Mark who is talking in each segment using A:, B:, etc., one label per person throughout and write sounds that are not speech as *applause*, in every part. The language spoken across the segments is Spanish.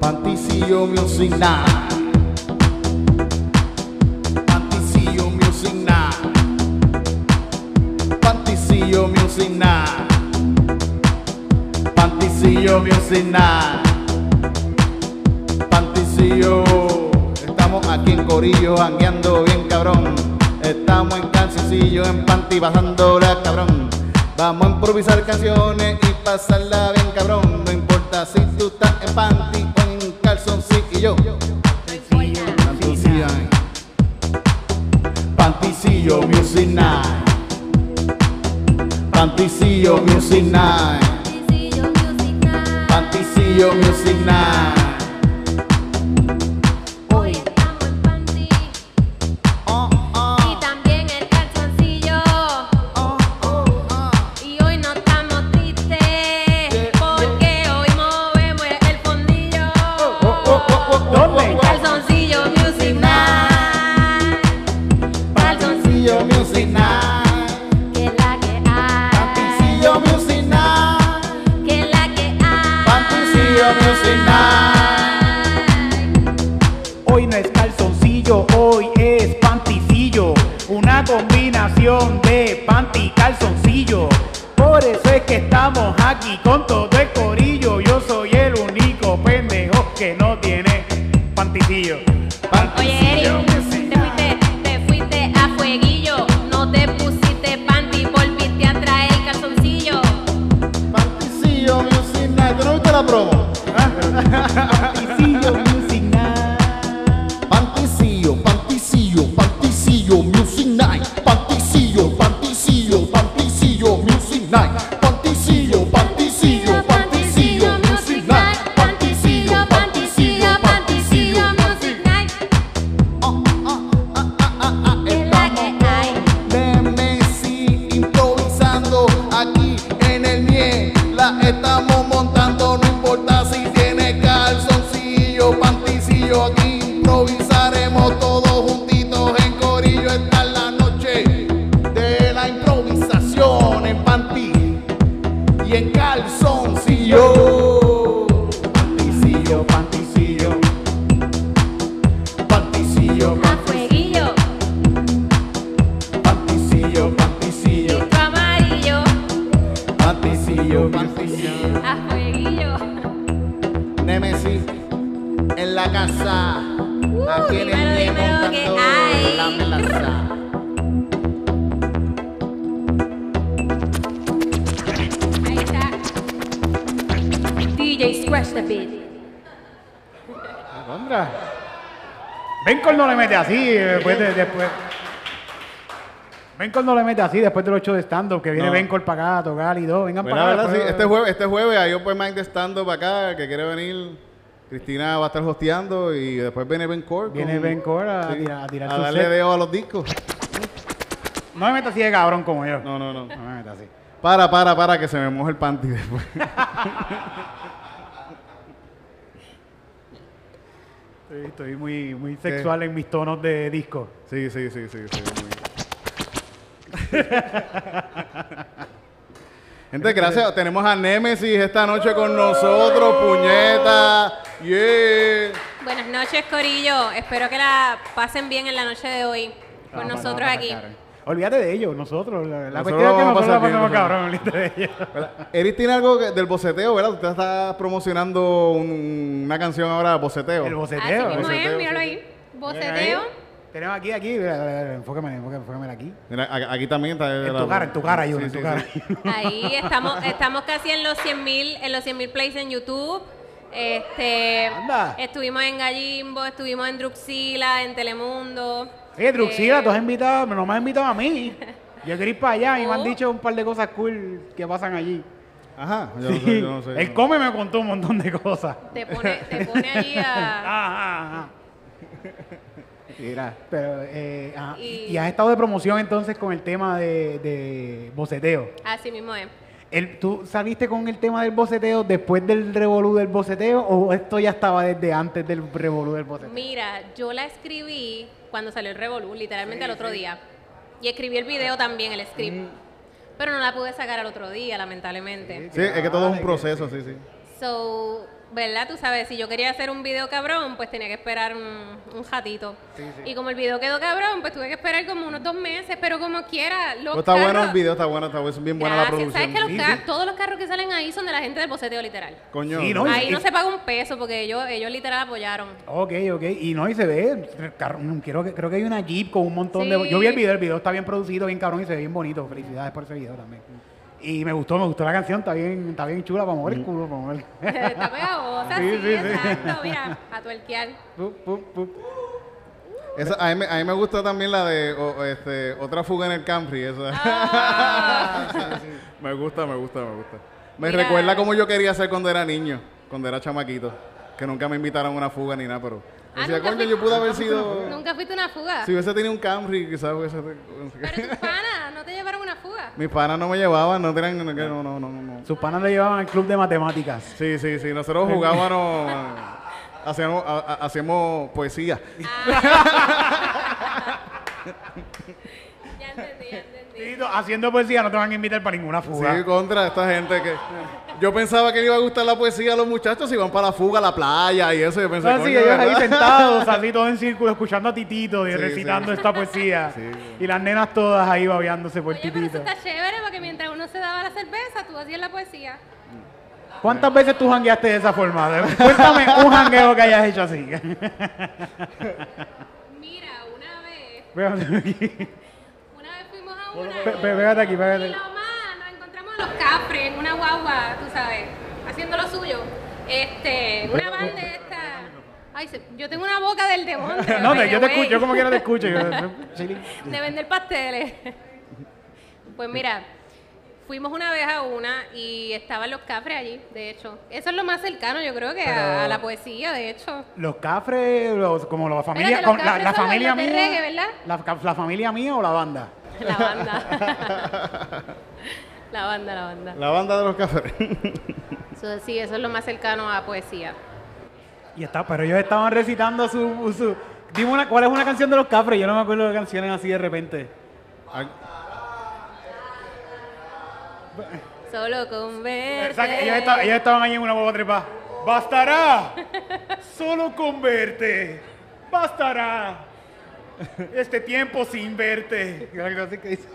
A: Panticillo Music Night. Panticillo Music Night. Panticillo Music Night. Panticillo Music Night. Panticillo. Estamos aquí en Corillo, jangueando bien cabrón. Estamos en calzoncillo, en panty, pasándola cabrón. Vamos a improvisar canciones y pasarla bien cabrón. No importa si tú estás en panty o en calzoncillo. Panticillo, Panticillo Music Night. Panticillo Music Night. Panticillo Music Night. Oh, oh, oh, oh, oh. Oh, oh, oh, oh, oh, oh, oh. Panticillo Music Night. Panticillo Music Night. Panticillo Music Night.
B: Hoy no es calzoncillo, hoy es panticillo. Una combinación de panty y calzoncillo. Por eso es que estamos aquí con todo el corillo. Yo soy el único pendejo que no tiene panticillo.
C: Oye,
A: Panticillo
C: Eric,
A: Music
C: te fuiste, te fuiste a fueguillo. No te pusiste panty, volviste a traer calzoncillo.
A: Panticillo Music Night. ¿Tú no viste la promo? ¿eh?
B: Panticillo Music Night.
A: Panticillo, Panticillo, Panticillo Music Night. Panticillo, Panticillo, Panticillo Music Night. Panticillo, Panticillo, Panticillo Music Night. Panticillo, Panticillo, Panticillo Music Night. Oh, oh, ah, ah, ah, ah,
C: Es la que hay.
A: de Messi improvisando aquí en el nie la estamos montando no importa si tiene calzoncillo panticillo aquí improvisaremos todos juntitos en corillo esta es la noche de la improvisación en panty y en calzoncillo panticillo panticillo panticillo
C: A fueguillo,
A: panticillo panticillo
C: filtro amarillo.
A: Panticillo, Panticillo,
C: A fueguillo.
A: Nemesis en la casa.
C: Uh,
A: Aquí en el Diego
C: dímelo, dímelo que
A: cantando
C: hay.
A: la melaza.
C: Ahí está. DJ Scratch the Beat.
B: Alondra. Bencol no le mete así eh, después de, después. Bencol no le mete así después del 8 de stand-up, que viene
A: No.
B: Bencol para acá a tocar y dos. Vengan
A: Bueno,
B: para acá.
A: verdad, sí,
B: después-
A: este jueves, este jueves hay Open Mic de stand-up acá, que quiere venir. Cristina va a estar hosteando y después viene Ben Core.
B: Viene Ben Core a tirar- a tirar su
A: darle
B: set.
A: dedo a los discos.
B: No me metas así de cabrón como yo.
A: No, no, no.
B: No me metas así.
A: Para, para, para, que se me moje el panty después.
B: Estoy, estoy muy, muy sexual en mis tonos de disco.
A: Sí, sí, sí, sí. sí muy- Gente, gracias. Tenemos a Nemesis esta noche con nosotros, puñeta. Yeah.
C: Buenas noches, Corillo. Espero que la pasen bien en la noche de hoy con
B: Vamos,
C: nosotros
B: vamos a
C: aquí.
B: sacar. Olvídate de ellos, nosotros. La, la
A: Nosotros
B: cuestión es que
A: vamos a
B: nosotros la
A: pasar bien,
B: pasamos
A: nosotros.
B: cabrón, olvídate de ellos.
A: *laughs* Eric tiene algo que- del boceteo, ¿verdad? Usted está promocionando un- una canción ahora de boceteo.
B: El boceteo.
C: Así mismo
A: boceteo,
C: es, míralo ahí.
B: Ven ahí.
C: Boceteo.
B: Tenemos aquí, aquí. mira, mira, mira, Enfócame, enfócame, enfócame aquí.
A: Mira, a- aquí también está.
B: En
A: la-
B: tu cara, en tu cara, yo,
A: Sí,
B: en tu
A: sí,
B: cara.
A: sí.
C: Ahí estamos, estamos casi en los 100 mil, en los 100 mil plays en YouTube. Este,
B: Anda.
C: estuvimos en Gallimbo, estuvimos en Druxila, en Telemundo.
B: *laughs* Oye, Druxila,
C: Eh,
B: tú has invitado, no me has invitado a mí. Yo quiero ir para allá y me han
C: Oh.
B: dicho un par de cosas cool que pasan allí.
A: Ajá, yo no sé,
B: Sí.
A: yo
B: *laughs*
A: no sé.
B: El come me contó un montón de cosas.
C: Te pone, te pone allí
B: *laughs*
C: a.
B: Ah, ah, ah. Mira, pero, eh, ajá.
C: Y-
B: y has estado de promoción entonces con el tema de, de boceteo.
C: Así mismo es.
B: El, ¿Tú saliste con el tema del boceteo después del revolú del boceteo o esto ya estaba desde antes del revolú del boceteo?
C: Mira, yo la escribí cuando salió el Revolú, literalmente al otro día. Y escribí el video también, el script.
B: Mm.
C: Pero no la pude sacar al otro día, lamentablemente.
A: Sí, es que todo es un proceso, sí, sí.
C: So, ¿verdad? Tú sabes, si yo quería hacer un video cabrón, pues tenía que esperar un, un ratito. Y como el video quedó cabrón, pues tuve que esperar como unos dos meses, pero como quiera, los
A: Pero Pues está
C: carros...
A: bueno el video, está bueno, está bueno, es bien buena la
C: Gracias.
A: producción.
C: ¿Sabes que los
A: Sí,
C: ca-
A: sí.
C: todos los carros que salen ahí son de la gente del boceteo, literal?
A: Coño.
B: Sí, ¿no? Oye,
C: Ahí no
B: y-
C: se paga un peso porque ellos, ellos literal apoyaron.
A: *laughs*
C: *laughs*
B: Ok, ok. Y no, y se ve. el carro- mm, Quiero, que- creo que hay una Jeep con un montón de.
C: Sí.
B: Yo vi el video, el video está bien producido, bien cabrón y se ve bien bonito. Felicidades por ese video también. Y me gustó, me gustó la canción, está bien, está bien chula para mover el culo, para mover.
C: Está pegajosa,
B: Sí,
C: sí,
B: sí, sí.
C: exacto. Mira, a
A: *laughs*
C: tuerquear.
B: Pup, pup, pup.
A: Esa- a, mí, me- a mí me gusta también la de o- este, Otra fuga en el Camry. Esa.
C: Oh. Ah.
A: *laughs* me gusta, me gusta, me gusta. Me
C: Mira.
A: recuerda como yo quería hacer cuando era niño, cuando era chamaquito. Que nunca me invitaron a una fuga ni nada, pero.
C: Ah,
A: Decía,
C: nunca
A: coño,
C: fui-
A: yo pude haber sido.
C: Nunca fuiste a una fuga.
A: Si hubiese tenido un Camry, quizás hubiese.
C: Pero tus panas no te llevaron a una fuga.
A: Mis panas no me llevaban, no tenían. No, no, no, no, no.
B: Sus panas le llevaban al club de matemáticas.
A: Sí, sí, sí. Nosotros
C: *laughs*
A: jugábamos. hacíamos, ha- ha- hacíamos poesía.
C: Ya entendí, ya entendí.
B: Tito, Haciendo poesía no te van a invitar para ninguna fuga.
A: Sí, contra esta gente que. Yo pensaba que le iba a gustar la poesía a los muchachos si van para la fuga, a la playa y eso. Yo pensé,
B: No, sí,
A: coño,
B: ellos ahí
A: ¿verdad?
B: sentados, así todos en círculo, escuchando a Titito y
A: Sí,
B: recitando
A: sí.
B: esta poesía.
A: Sí.
B: Y las nenas todas ahí babeándose por
C: Oye, pero eso
B: Titito.
C: está chévere porque mientras uno se daba la cerveza, tú hacías la poesía.
B: ¿Cuántas veces tú jangueaste de esa forma? *laughs* Cuéntame un jangueo que hayas hecho así. *laughs*
C: Mira, una vez,
B: Pégate aquí.
C: una vez fuimos a una.
B: Pe- pe- pégate aquí, pégate
C: Y
B: aquí.
C: lo más, nos encontramos a los Capri en una guagua, tú sabes, haciendo lo suyo. Este, una banda de esta. Ay, se- yo tengo una boca del
B: *laughs*
C: demonio.
B: No,
C: by
B: te-
C: the
B: yo te
C: way.
B: escucho, yo como quiera te
C: *laughs*
B: escucho. Yo- chilling.
C: de vender pasteles. *laughs* Pues mira, fuimos una vez a una y estaban los cafres allí, de hecho. Eso es lo más cercano, yo creo que a, a la poesía, de hecho.
B: Los cafres, los- como la familia,
C: Espérate, los
B: con- la,
C: cafres
B: la
C: son los-
B: familia
C: los de
B: mía.
C: reggae, ¿verdad?
B: La, ca- la familia mía o la banda.
C: La banda. *laughs* la banda, la banda.
A: *laughs* La banda de los cafés.
C: So, sí, eso es lo más cercano a poesía.
B: Y está, pero ellos estaban recitando su. su dime una, ¿cuál es una canción de los cafres? Yo no me acuerdo de canciones así de repente.
A: Ah,
C: Solo con
B: O sea, que
C: verte.
B: ellos, esta- ellos estaban ahí en una boba trepa. ¡Bastará! Solo con verte. ¡Bastará! Este tiempo sin verte. *laughs* Algo así que dice.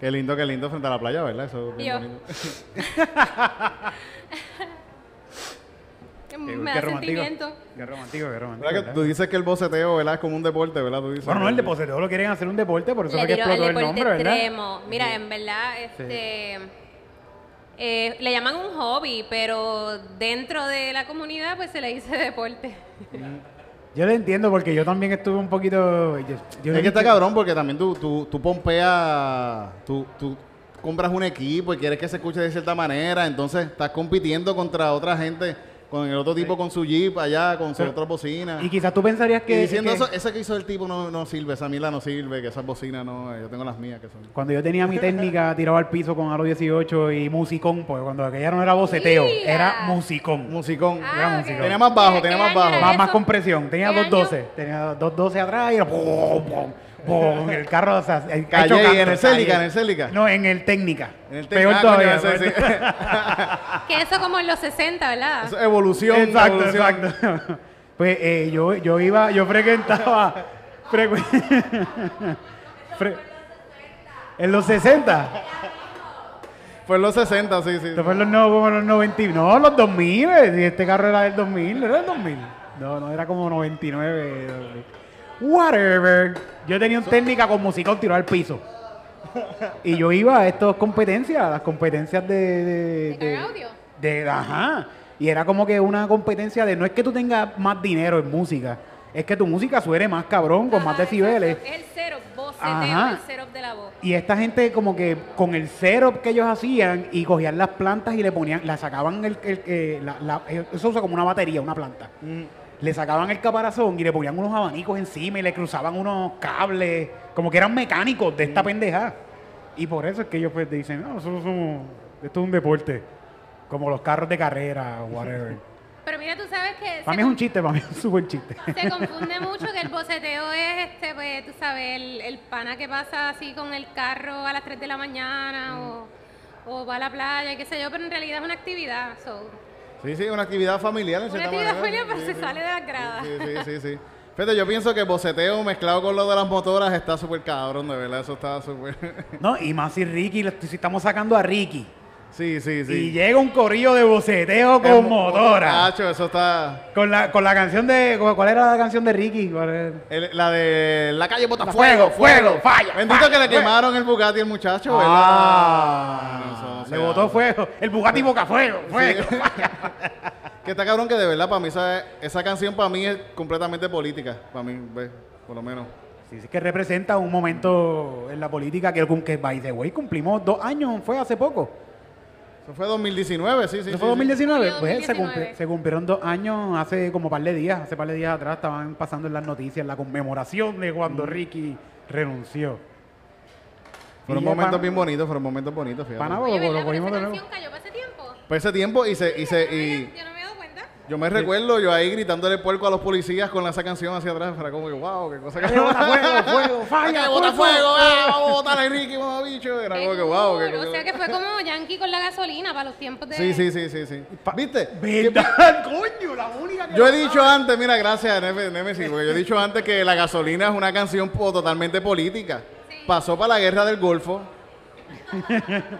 A: qué lindo, qué lindo frente a la playa, ¿verdad? Eso es bien
C: Yo.
A: bonito.
C: Me da sentimiento.
B: Qué romántico, qué romántico.
A: ¿Verdad que tú dices que el boceteo, ¿verdad? Es como un deporte, ¿verdad? Tú dices,
B: Bueno, no, el
A: que-
B: deporte, todo lo quieren hacer un deporte, por eso
C: Le
B: fue que
C: tiró el
B: explotó el,
C: deporte
B: nombre, ¿verdad?
C: extremo. Mira, en verdad, este, eh, le llaman un hobby, pero dentro de la comunidad, pues se le dice deporte.
B: Yo lo entiendo porque yo también estuve un poquito. Yo, yo-
A: Es que está cabrón porque también tú, tú, tú pompeas, tú, tú compras un equipo y quieres que se escuche de cierta manera, entonces estás compitiendo contra otra gente, con el otro tipo con su jeep allá, con su
B: Pero-
A: otra bocina.
B: Y quizás tú pensarías
A: Y
B: que.
A: diciendo
B: que-
A: eso, esa que hizo el tipo no, no sirve, esa mila no sirve, que esas bocinas no, eh, yo tengo las mías que son.
B: Cuando yo tenía
C: *laughs*
B: mi técnica tirado al piso con aro 18 y musicón, porque cuando aquella no era boceteo,
C: Mira.
B: era musicón.
A: Musicón.
B: Era
C: Ah, ok.
B: música.
A: Tenía más bajo, tenía
C: ¿Qué
A: más
C: año
A: bajo.
C: era
B: Más, más
C: eso?
B: compresión, tenía
C: ¿Qué este año?
B: 212, tenía 212 atrás y era pum, pum, pum, el carro, o sea, el
A: Calle,
B: hecho canto,
A: en el Celica,
B: calle.
A: en el Celica.
B: No, en el técnica.
A: En el
B: Peor
A: teclado,
B: todavía.
A: coño, ese, sí.
C: Que eso como en los 60, ¿verdad?
A: *laughs* Eso es evolución.
B: Exacto,
A: evolución.
B: exacto. *laughs* Pues eh, yo, yo iba, yo frecuentaba. *laughs* frecu- fre- en los 60.
A: Fue en los 60, sí, sí.
B: Esto Este fue en los, no, como en los 90. y- No, los 2000. eh, si este carro era del 2000. ¿no ¿Era del 2000? No, no, era como 99. 2000. Whatever. Yo tenía una técnica con musicón tirado al piso. Y yo iba a estas competencias, a las competencias de... ¿De,
C: ¿De cargar audio?
B: eh, de- ajá. Y era como que una competencia de no es que tú tengas más dinero en música, es que tu música suene más cabrón, con más
C: Ajá,
B: decibeles.
C: exacto. Ah, Es el cero, boceteo,
B: Ajá.
C: el cero de la voz.
B: Y esta gente como que con el syrup que ellos hacían y cogían las plantas y le ponían, la sacaban el, el- eh, la- la- eh, eso usa como una batería, una planta.
A: Mm.
B: Le sacaban el caparazón y le ponían unos abanicos encima y le cruzaban unos
A: Mm.
B: cables, como que eran mecánicos de esta pendeja. Y por eso es que ellos pues dicen, no, nosotros somos Esto es un deporte. Como los carros de carrera,
A: *laughs*
B: whatever.
C: Pero mira, tú sabes que se,
B: para mí es un chiste, para mí es un súper chiste.
C: se confunde mucho que el boceteo es, este, pues, tú sabes, el, el pana que pasa así con el carro a las 3 de la mañana o, o va a la playa, y qué sé yo, pero en realidad es una actividad. so.
A: Sí, sí, una actividad familiar. En
C: Una
A: cierta
C: actividad
A: manera.
C: familiar, pero se sale de las gradas.
A: Sí, sí, sí. sí. Fíjate, yo pienso que boceteo mezclado con lo de las motoras está súper cabrón, de verdad. Eso está súper. *laughs*
B: No, y más si Ricky, le- si estamos sacando a Ricky.
A: Sí, sí,
B: Y
A: sí.
B: llega un corrillo de boceteo
A: Es
B: con
A: mo- Ah,
B: motora.
A: Tacho, eso está.
B: Con la, con la canción de. ¿Cuál era la canción de Ricky? ¿Cuál era?
A: el- la de la calle bota
B: La
A: fuego,
B: fuego,
A: fuego,
B: fuego, falla,
A: Bendito
B: falla,
A: que le
B: fuego.
A: quemaron el Bugatti al muchacho, ¿verdad? No, eso
B: Ah,
A: no se
B: le botó
A: habla.
B: fuego. El Bugatti boca fuego,
A: *laughs*
B: fuego.
A: Sí. que está cabrón que de verdad para mí esa, esa canción para mí es completamente política, para mí, ve, por lo menos.
B: Sí, sí, que representa un momento en la política que, que by the way, cumplimos dos años, fue hace poco.
A: Eso fue 2019, sí, sí.
B: ¿Eso
A: sí,
B: fue
A: sí.
B: 2019?
C: Sí,
B: Pues se,
C: 2019.
B: cumpli- se cumplieron dos años hace como par de días, hace par de días atrás estaban pasando en las noticias la conmemoración de
A: Mm.
B: cuando Ricky renunció.
A: Fueron
B: Y ya
A: momentos
B: van-
A: bien bonitos, fueron momentos bonitos, fíjate.
B: Van a-
C: Oye,
B: lo- lo
C: ¿verdad? Pero
B: cogimos
C: esa
B: de nuevo.
C: canción cayó para ese tiempo.
A: Pues ese tiempo y se, y se, y
C: Yo no me he dado cuenta.
A: yo me recuerdo yo ahí gritándole puerco a los policías con esa canción hacia atrás, era como que wow, qué cosa que
B: Fuego,
A: *laughs*
B: fuego, fuego, falla,
A: Acá bota
B: fuego.
A: fuego, ah, vamos a botar a Enrique, mamá bicho, era como que wow, qué
C: Seguro,
A: cosa-
C: O sea que fue como Yankee con la gasolina para los tiempos de.
A: Sí, sí, sí, sí, sí.
B: Pa-
A: ¿Viste?
B: ¿Verdad? *laughs* Coño, la única que
A: Yo he dicho antes, mira, gracias Neme- Nemesis, porque yo he dicho antes que La Gasolina es una canción po- totalmente política. Pasó para la guerra del Golfo.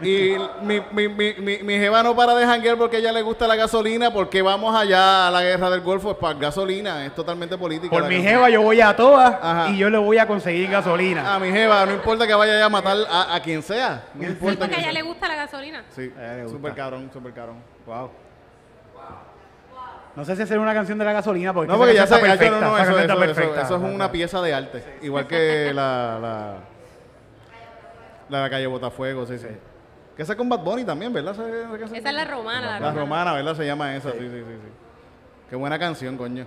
A: y mi, mi, mi, mi, mi jeva no para de janguear porque a ella le gusta la gasolina, porque vamos allá a la guerra del Golfo, es para gasolina, es totalmente política.
B: Por
A: la
B: mi
A: canción.
B: jeva yo voy a todas
A: Ajá. Ah.
B: y yo le voy a conseguir gasolina.
A: A mi jeva, no importa que vaya allá a matar a, a quien sea, no
C: Sí,
A: importa.
C: porque a
A: quién sea.
C: ella le gusta la gasolina.
A: Sí,
B: A ella le gusta.
A: súper cabrón, súper cabrón. Wow.
B: No sé si hacer una canción de la gasolina porque
A: No, porque ya
B: esa
A: se,
B: canción está
A: ya- no,
B: perfecta,
A: no,
B: esa
A: eso,
B: canción está
A: eso- eso- eso
B: perfecta.
A: es una pieza de arte. Igual
B: *laughs*
A: que la, la, la de la calle Botafuego, sí, sí. Que esa es con Bad Bunny también, ¿verdad? Esa, esa canción?
C: Esa es la romana, la,
A: La romana, ¿verdad? Se llama esa, sí, sí, sí. sí. Qué buena canción, coño.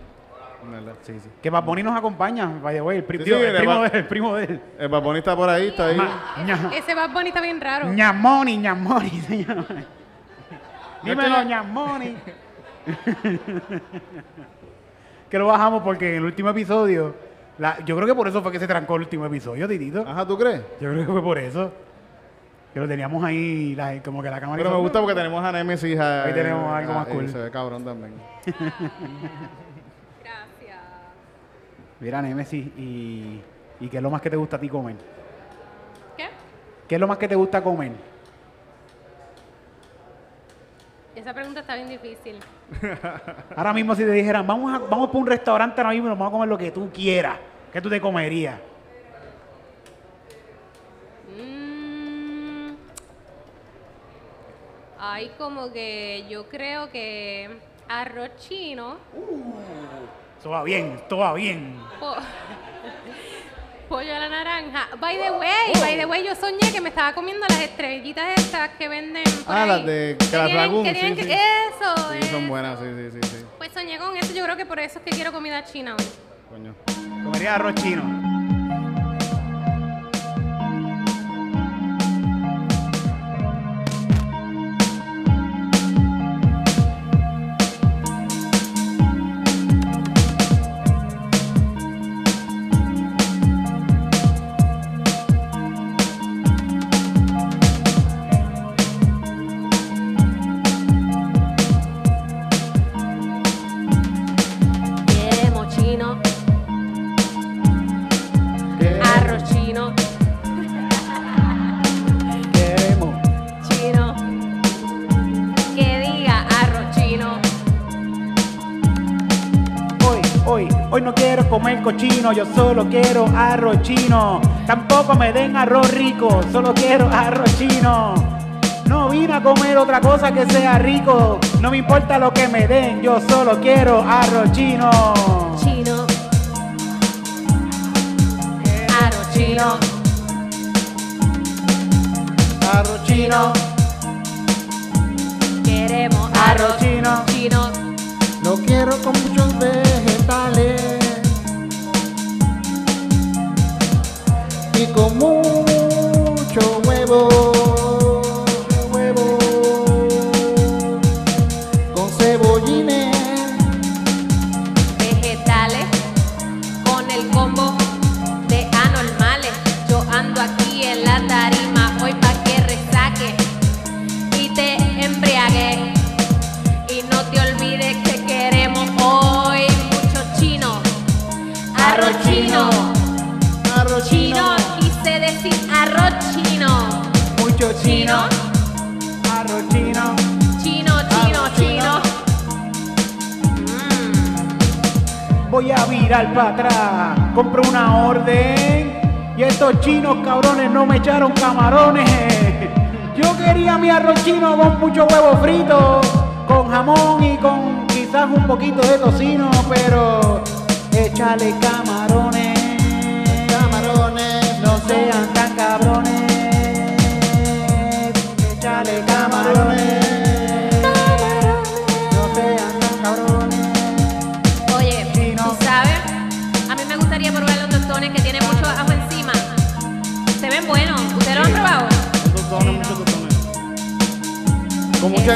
A: ¿Verdad? Sí, sí.
B: Que Bad Bunny nos acompaña, by the way, el, pri-
A: Sí, sí,
B: digo, el
A: de
B: primo,
A: Bad-
B: de, el primo de él.
A: El Bad Bunny está por ahí, está ahí.
B: Ma- ña-
C: Ese Bad Bunny está bien raro.
B: Ñamoni, Ñamoni, se llama. Dímelo,
A: estoy-
B: Ñamoni. *laughs* que lo bajamos porque en el último episodio, la- yo creo que por eso fue que se trancó el último episodio, Titito.
A: Ajá, ¿tú crees?
B: Yo creo que fue por eso. Que lo teníamos ahí, la- como que la cámara...
A: Pero
B: hizo-
A: me gusta porque tenemos a Nemesis. a-
B: Ahí tenemos algo más
A: a-
B: cool.
A: Se ve cabrón también.
C: Gracias.
B: Mira, Nemesis, y, ¿y qué es lo más que te gusta a ti comer?
C: ¿Qué?
B: ¿Qué es lo más que te gusta comer?
C: Esa pregunta está bien difícil.
B: Ahora mismo si te dijeran, vamos, a, vamos por un restaurante ahora mismo y nos vamos a comer lo que tú quieras, ¿qué tú te comerías?
C: Mm. Ay, como que yo creo que arroz chino,
B: Todo va bien, todo va bien.
C: po- *laughs* pollo a la naranja. By the way,
A: Oh.
C: by the way, yo soñé que me estaba comiendo las estrellitas estas que venden por
A: Ah,
C: ahí.
A: las de
C: Que
A: Crack
C: tienen-
A: Dragoon,
C: que tienen
A: sí,
C: que-
A: sí.
C: Eso,
A: Sí, son
C: eso.
A: buenas, sí, sí, sí. sí.
C: Pues soñé con eso, yo creo que por eso es que quiero comida china hoy.
A: Coño.
B: Comería arroz chino.
C: Quemo chino, arroz chino,
B: Queremos.
C: chino. Que diga arroz chino.
B: Hoy, hoy, hoy no quiero comer cochino, yo solo quiero arroz chino. Tampoco me den arroz rico, solo quiero arroz chino. No vine a comer otra cosa que sea rico, no me importa lo que me den, yo solo quiero arroz chino.
C: chino. Aro chino.
B: Arroz chino,
C: Queremos
B: arroz chino.
C: chino.
A: No quiero con muchos vegetales y con mucho huevo, huevo.
B: voy a virar para atrás. Compro una orden y estos chinos cabrones no me echaron camarones. *laughs* Yo quería mi arroz chino con mucho huevo frito, con jamón y con quizás un poquito de tocino, pero échale camarones,
A: Camarones,
B: no sean tan cabrones. Échale camarones, no sean tan cabrones.
C: Oye,
B: Sí, no.
C: ¿tú sabes? A mí me gustaría probar los tostones que tienen mucho ajo encima. Se ven buenos. ¿Ustedes los han probado?
D: Muchos dones, muchos dones.
A: con mucha
C: Eso.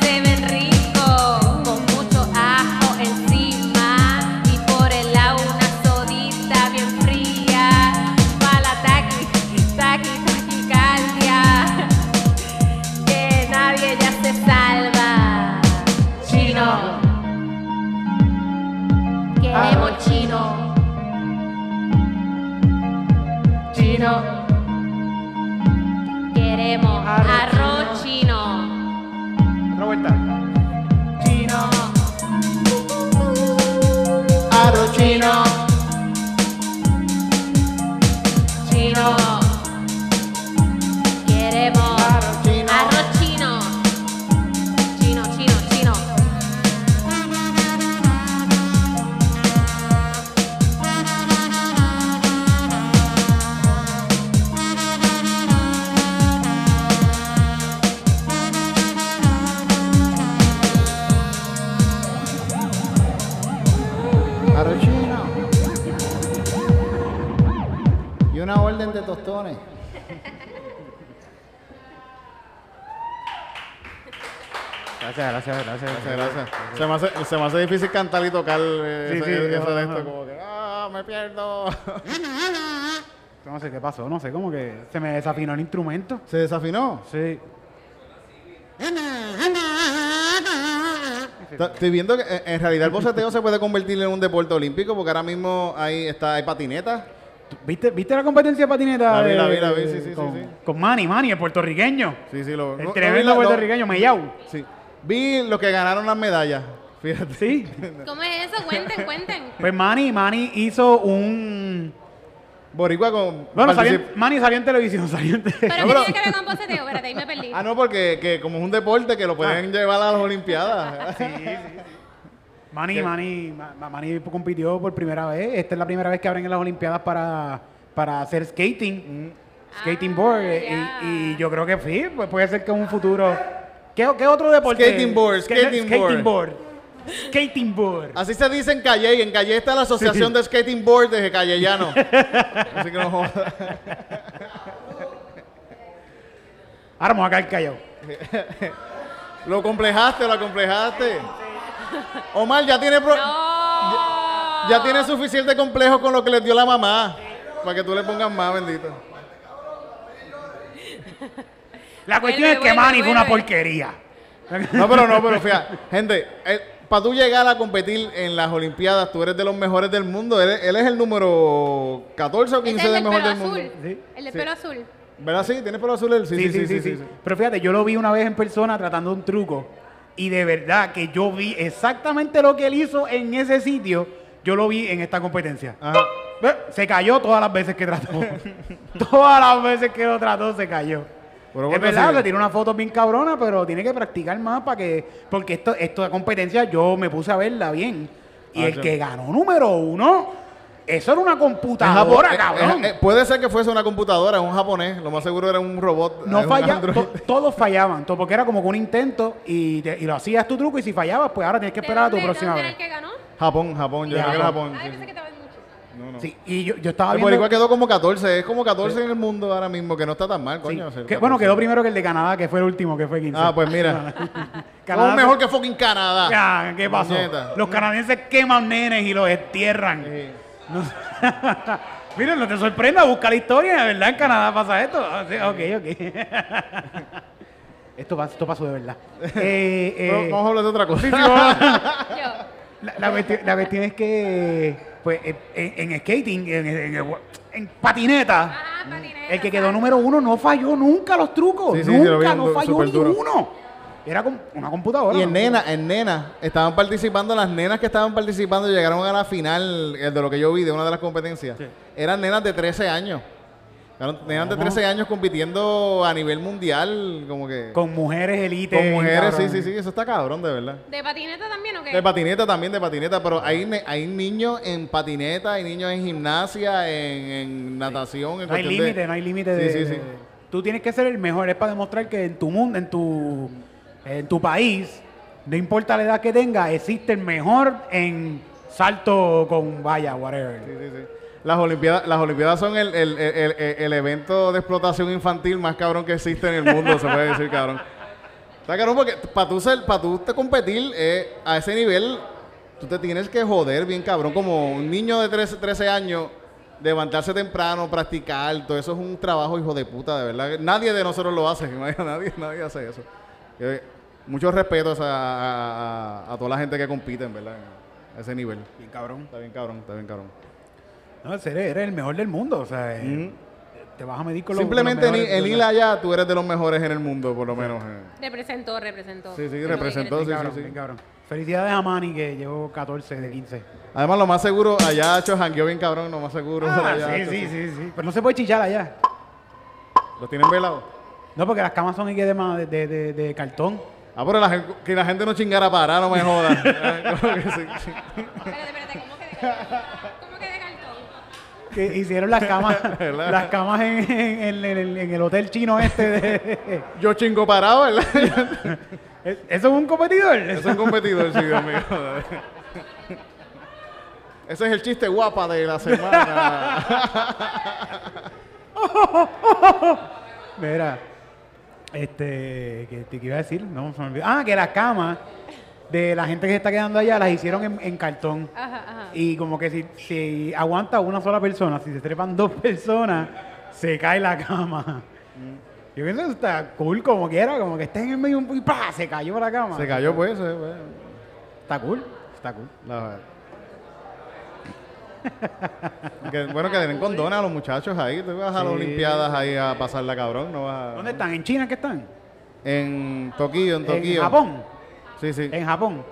C: se ven ricos, con mucho ajo encima y por el lado una sodita bien fría para la taqui, taqui, taquicardia, que nadie ya se salva. Chino, queremos chino. Chino, queremos arroz chino.
B: Otra vuelta. Chino,
A: Arroz chino,
C: chino. Queremos
A: Arroz chino.
C: arroz chino. Chino, chino, chino.
A: arroz chino. Y una orden de tostones.
D: Gracias, gracias, gracias.
A: Muchas gracias. Se me, hace, se me hace difícil cantar y tocar eh,
D: Sí,
A: ese-
D: sí,
A: eso
D: ajá,
A: de esto,
D: ajá.
A: como que, ah, me pierdo. *laughs*
B: no sé qué pasó, no sé, como que se me desafinó el instrumento.
A: ¿Se *laughs* desafinó?
B: Sí.
A: Ta- Estoy viendo que eh, en realidad el boceteo se puede convertir en un deporte olímpico porque ahora mismo hay, está, hay patinetas.
B: ¿Viste, ¿Viste la competencia de patineta?
A: La vi,
B: de-
A: la vi, la vi, sí, sí, sí,
B: con,
A: sí.
B: con Manny, Manny, el puertorriqueño.
A: Sí, sí, lo
B: El
A: no- no vi
B: tremendo
A: la- no-
B: puertorriqueño, Mellao.
A: Sí. Vi los que ganaron las medallas. Fíjate. *laughs*
B: Sí.
C: ¿Cómo es eso? Cuenten, cuenten.
B: Pues Manny, Manny hizo un...
A: Boricua con.
B: Bueno, salió, en-
A: particip-
B: Manny salió en televisión, *laughs* salió en
C: ¿Pero
B: televisión.
C: qué
A: No, pero-
C: tiene que ver con boceteo? Espérate, ahí me perdí.
A: Ah, no, porque que como es un deporte que lo pueden llevar a las Olimpiadas.
B: Manny, Manny, Ma- Ma- Manny compitió por primera vez. Esta es la primera vez que abren las Olimpiadas para, para hacer skating. mm, Skating
C: Ah,
B: board. eh,
C: ya.
B: Y, y yo creo que sí, pues puede ser que en un futuro... ¿Qué, qué otro deporte?
A: Skating board,
B: Ska-
A: skating
B: skating board. Skating board.
A: Así se dice en Calle. Y en Calle está la Asociación de Skating Board de Callellano. Así que no jodas.
B: Ahora vamos a caer callado.
A: Lo complejaste, lo complejaste. Omar ya tiene, pro-
C: ¡No!
A: ya tiene suficiente complejo con lo que le dio la mamá. Para que tú le pongas más, bendito.
B: La cuestión
C: Vuelve,
B: es que
C: vuelve,
B: Manny fue una
C: vuelve.
B: porquería.
A: *laughs* No, pero no, pero fíjate. Gente, para tú llegar a competir en las Olimpiadas, tú eres de los mejores del mundo. Él, él es el número 14 o
C: Ese
A: 15
C: es el
A: del
C: del
A: mejor
C: pelo
A: del
C: azul.
A: mundo.
B: Sí.
C: El del
A: Sí.
C: pelo azul.
A: ¿Verdad? Sí, tienes pelo azul. él? Sí, sí, sí, sí, sí, sí.
B: Pero fíjate, yo lo vi una vez en persona tratando un truco y de verdad que yo vi exactamente lo que él hizo en ese sitio, yo lo vi en esta competencia.
A: Ajá.
B: Eh, Se cayó todas las veces que trató. *laughs* todas las veces que lo trató se cayó.
A: Pero
B: es
A: bueno,
B: verdad
A: sí.
B: que tiene una foto bien cabrona, pero tiene que practicar más para que. Porque esto, esto de competencia yo me puse a verla bien. Y
A: Ah,
B: el
A: sí.
B: que ganó número uno, eso era una
A: Es japo-
B: computadora,
A: eh,
B: cabrón.
A: eh, eh, puede ser que fuese una computadora, un japonés. Lo más seguro era un robot. eh,
B: No
A: un
B: falla,
A: android.
B: to- todos fallaban, to- porque era como que un intento y, te- y lo hacías tu truco y si fallabas, pues ahora tienes que
C: ¿De
B: esperar a tu
C: dónde-
B: próxima
C: dónde era
B: vez.
C: el que ganó?
A: Japón, Japón. Yo
B: Ya.
A: creo que era Japón.
C: Ay,
A: sí,
C: pensé
A: sí.
C: que estaba en
A: *laughs*
C: mucho.
B: Sí, y yo, yo estaba
A: El
B: viendo...
A: Boricua quedó como 14. Es como 14 en el mundo ahora mismo, que no está tan mal,
B: sí,
A: coño. ser
B: que- bueno,
A: 14.
B: quedó primero que el de Canadá, que fue el último, que fue 15.
A: Ah, pues
B: *laughs*
A: mira.
B: Canadá-
A: Somos mejor que fucking Canadá. *laughs*
B: Ah, ¿Qué pasó?
A: Puñeta.
B: Los canadienses queman nenes y los estierran.
A: Sí.
B: No sé. Miren, no te sorprenda, busca la historia, de verdad en Canadá pasa esto. Ah, sí, Ok, ok.
A: *laughs*
B: esto, pas- esto pasó de verdad. *laughs* Eh,
A: No,
B: eh,
A: vamos a hablar de otra cosa.
B: *laughs*
C: Yo.
B: La, la cuestión, la cuestión es que, pues, eh, en, en skating, en, en- en- en patineta,
C: Ajá, patineta.
B: el que
C: exacto.
B: quedó número uno no falló nunca los trucos.
A: Sí, sí, sí, lo
B: nunca,
A: vi,
B: no
A: lo-
B: falló
A: súper
B: ni
A: duro.
B: uno. Era com- una computadora.
A: Y
B: ¿no?
A: en nena, en nena, estaban participando, las nenas que estaban participando llegaron a la final eh, de lo que yo vi de una de las competencias. Eran nenas de 13 años. Eran nenas de 13 años compitiendo a nivel mundial, como que con,
B: Con mujeres elite.
A: mujeres, sí,
B: cabrón.
A: sí, sí, eso está cabrón, de verdad.
C: ¿De patineta también o qué?
A: De patineta también, de patineta, pero hay, ne- hay niños en patineta, hay niños en gimnasia, en, en natación, en
B: No hay
A: cuestión de-
B: límite, no hay límite de,
A: Sí, sí, sí.
B: de- Tú tienes que ser el mejor, es para demostrar que en tu mundo, en tu en tu país, no importa la edad que tenga, existe el mejor en salto con valla, whatever.
A: Sí, sí, sí. Las Olimpiadas, las Olimpiadas son el, el- el- el- el evento de explotación infantil más cabrón que existe en el mundo, se puede decir, cabrón. Está cabrón porque para tú, ser- pa' tú te competir eh, a ese nivel, tú te tienes que joder bien cabrón. Como un niño de 13, 13 años, levantarse temprano, practicar, todo eso es un trabajo hijo de puta, de verdad. Nadie de nosotros lo hace, *laughs* imagina, nadie, nadie hace eso. Eh, mucho respeto o sea, a, a- a toda la gente que compite, en verdad, a ese nivel.
B: Bien cabrón.
A: Está bien cabrón, está bien cabrón.
B: No, en serio, eres el mejor del mundo, o sea, eh,
A: Ujú.
B: te vas a medir con los
A: Simplemente
B: con
A: en,
B: los
A: en
B: mejores,
A: Ila ya tú eres de los mejores en el mundo, por lo menos. eh.
C: Representó, representó.
A: Sí, sí,
C: Es lo que
A: representó,
C: quiere
A: sí,
C: decir.
B: Bien cabrón,
A: sí.
B: bien cabrón. Felicidades a Manny que llegó 14 de 15.
A: Además, lo más seguro, allá Hacho jangueó bien cabrón, lo más seguro. allá,
B: Ah, sí,
A: Hacho,
B: sí, sí, sí. Pero no se puede chillar allá.
A: ¿Los tienen velados?
B: No, porque las camas son aquí de, ma- de- de- de- de cartón.
A: Ah, pero la gen- que la gente no chingara para, no me jodan.
B: *laughs*
A: *laughs* Eh, como que sí.
C: Espérate, espérate, ¿cómo que de cartón? ¿Cómo que de cartón?
B: que hicieron las camas,
A: *laughs*
B: las camas en, en- en el- en el hotel chino este. de- *laughs*
A: Yo chingo parado, ¿verdad?
B: ¿Es- ¿Eso es un competidor?
A: es un competidor, sí, Dios mío. Ese es el chiste guapa de la
B: *laughs*
A: semana.
B: Mira, este, ¿qué te iba a decir? No, se me olvidó. Ah, que las camas de la gente que se está quedando allá las hicieron en, en cartón.
C: Ajá, ajá.
B: Y como que si, si aguanta una sola persona, si se trepan dos personas, se cae la cama. Yo pienso que eso está cool como quiera, como que está en el medio un- y ¡pa! se cayó la cama.
A: Se cayó, pues. eh, pues.
B: Está cool, está cool.
A: La verdad. Que- bueno, que den condones a los muchachos ahí. Tú vas a las
B: Sí.
A: Olimpiadas ahí a pasarla cabrón. No vas a-
B: ¿Dónde están? ¿En China que están?
A: En Tokio, Ah. en Tokio.
B: En Japón.
A: Sí, sí.
B: En Japón.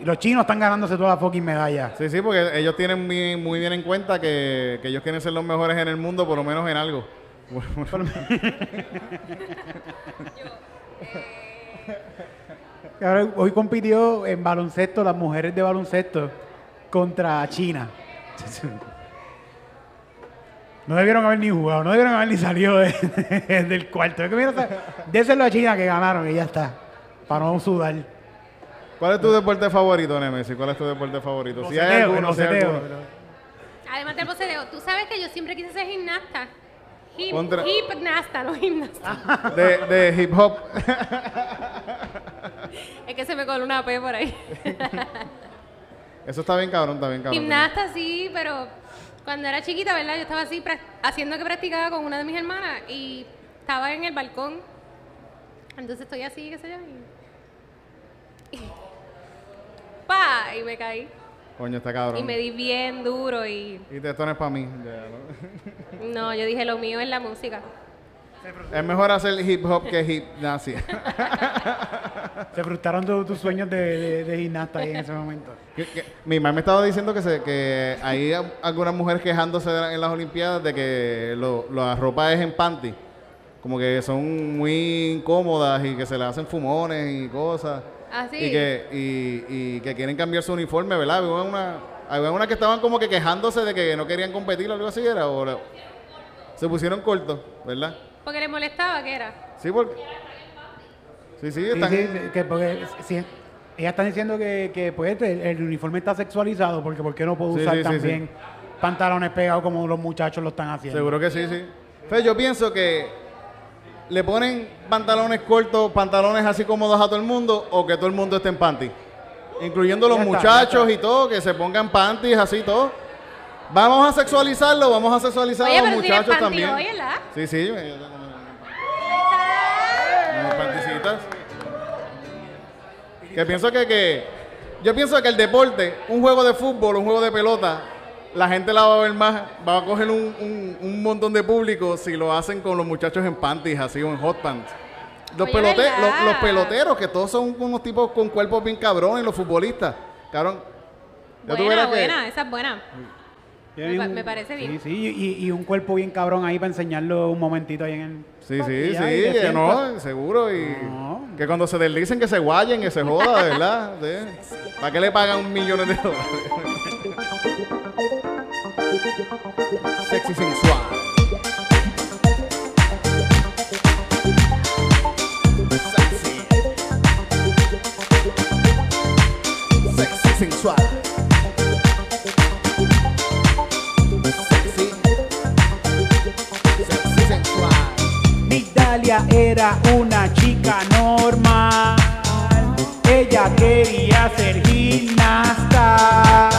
B: Y los chinos están ganándose todas las fucking medallas.
A: Sí, sí, porque ellos tienen muy, muy bien en cuenta que, que ellos quieren ser los mejores en el mundo, por lo menos en algo. *laughs*
B: Ahora, hoy compitió en baloncesto las mujeres de baloncesto contra China. *laughs* No debieron haber ni jugado, no debieron haber ni salido de- del cuarto. Es que mira, o sea, déselo a China que ganaron y ya está. Para no sudar.
A: ¿Cuál es tu deporte favorito, Nemesis? ¿Cuál es tu deporte favorito? Si hay
B: Boceteo,
A: alguno, si hay
B: boceteo,
A: alguno.
B: pero-
C: Además del vocedeo, tú sabes que yo siempre quise ser gimnasta. Hip-
A: Contra- Ah.
C: Hipnasta, no gimnasta.
A: De, de hip hop.
C: Es que se me coló una P por ahí.
A: Eso está bien cabrón, está bien cabrón.
C: *laughs* Gimnasta sí, pero cuando era chiquita, ¿verdad? Yo estaba así prac- haciendo que practicaba con una de mis hermanas y estaba en el balcón. Entonces estoy así, qué sé yo. y- y- ¡Pa! Y me caí.
A: Coño, está cabrón.
C: Y me di bien duro y...
A: Y te esto para mí. Ya, ¿no?
C: No, yo dije, lo mío es la música.
A: Es mejor hacer hip hop que gimnasia.
B: Se frustraron tu- tus sueños de, de- de gimnasta ahí en ese momento.
A: *laughs* Que- que- Mi mamá me estaba diciendo que, se, que hay a- algunas mujeres quejándose de la- en las Olimpiadas de que lo, la ropa es en panty. Como que son muy incómodas y que se le hacen fumones y cosas.
C: Ah, sí.
A: Y que, y, y que quieren cambiar su uniforme, ¿verdad? Había una, había una que estaban como que quejándose de que no querían competir o algo así, era. o la- se pusieron cortos, ¿verdad?
C: Porque le molestaba que era.
A: Sí, porque. Sí, sí,
B: Sí,
A: están.
B: sí, que porque sí, ellas están diciendo que, que, pues el, el uniforme está sexualizado porque ¿por qué no puedo
A: Sí,
B: usar
A: sí, sí,
B: también pantalones pegados como los muchachos lo están haciendo?
A: Seguro que sí, sí. Pero yo pienso que le ponen pantalones cortos, pantalones así cómodos a todo el mundo o que todo el mundo esté en panty. Incluyendo los
B: Ya está,
A: muchachos
B: ya
A: y todo, que se pongan panties así y todo. Vamos a sexualizarlo, vamos a sexualizar
C: Oye,
A: a los
C: pero tienes
A: muchachos
C: panty
A: también.
C: hoy, ¿verdad?
A: sí, sí. yo- yo tengo unas panticitas. Que pienso que, que- yo pienso que el deporte, un juego de fútbol, un juego de pelota, la gente la va a ver más, va a coger un, un- un montón de público si lo hacen con los muchachos en panties, así o en hot pants. Los,
C: Oye,
A: pelote-
C: ¿verdad?
A: los, los peloteros, que todos son unos tipos con cuerpos bien cabrones, los futbolistas. Cabrón. Ya tú verás
C: Buena,
A: que-
C: buena, esa es buena. Me pa- me parece bien.
B: Sí, sí, y, y un cuerpo bien cabrón ahí para enseñarlo un momentito ahí en el...
A: Sí, sí,
B: Y ya, y
A: sí,
B: te
A: que
B: sientas.
A: no, seguro. Y
B: No.
A: que cuando se deslicen, que se guayen, que se joda, de verdad. sí. ¿Para qué le pagan un millón de dólares? Sexy sensual. Sexy. Sexy sensual. Sexy. Sexy sensual.
B: Migdalia era una chica normal. Ella quería ser gimnasta.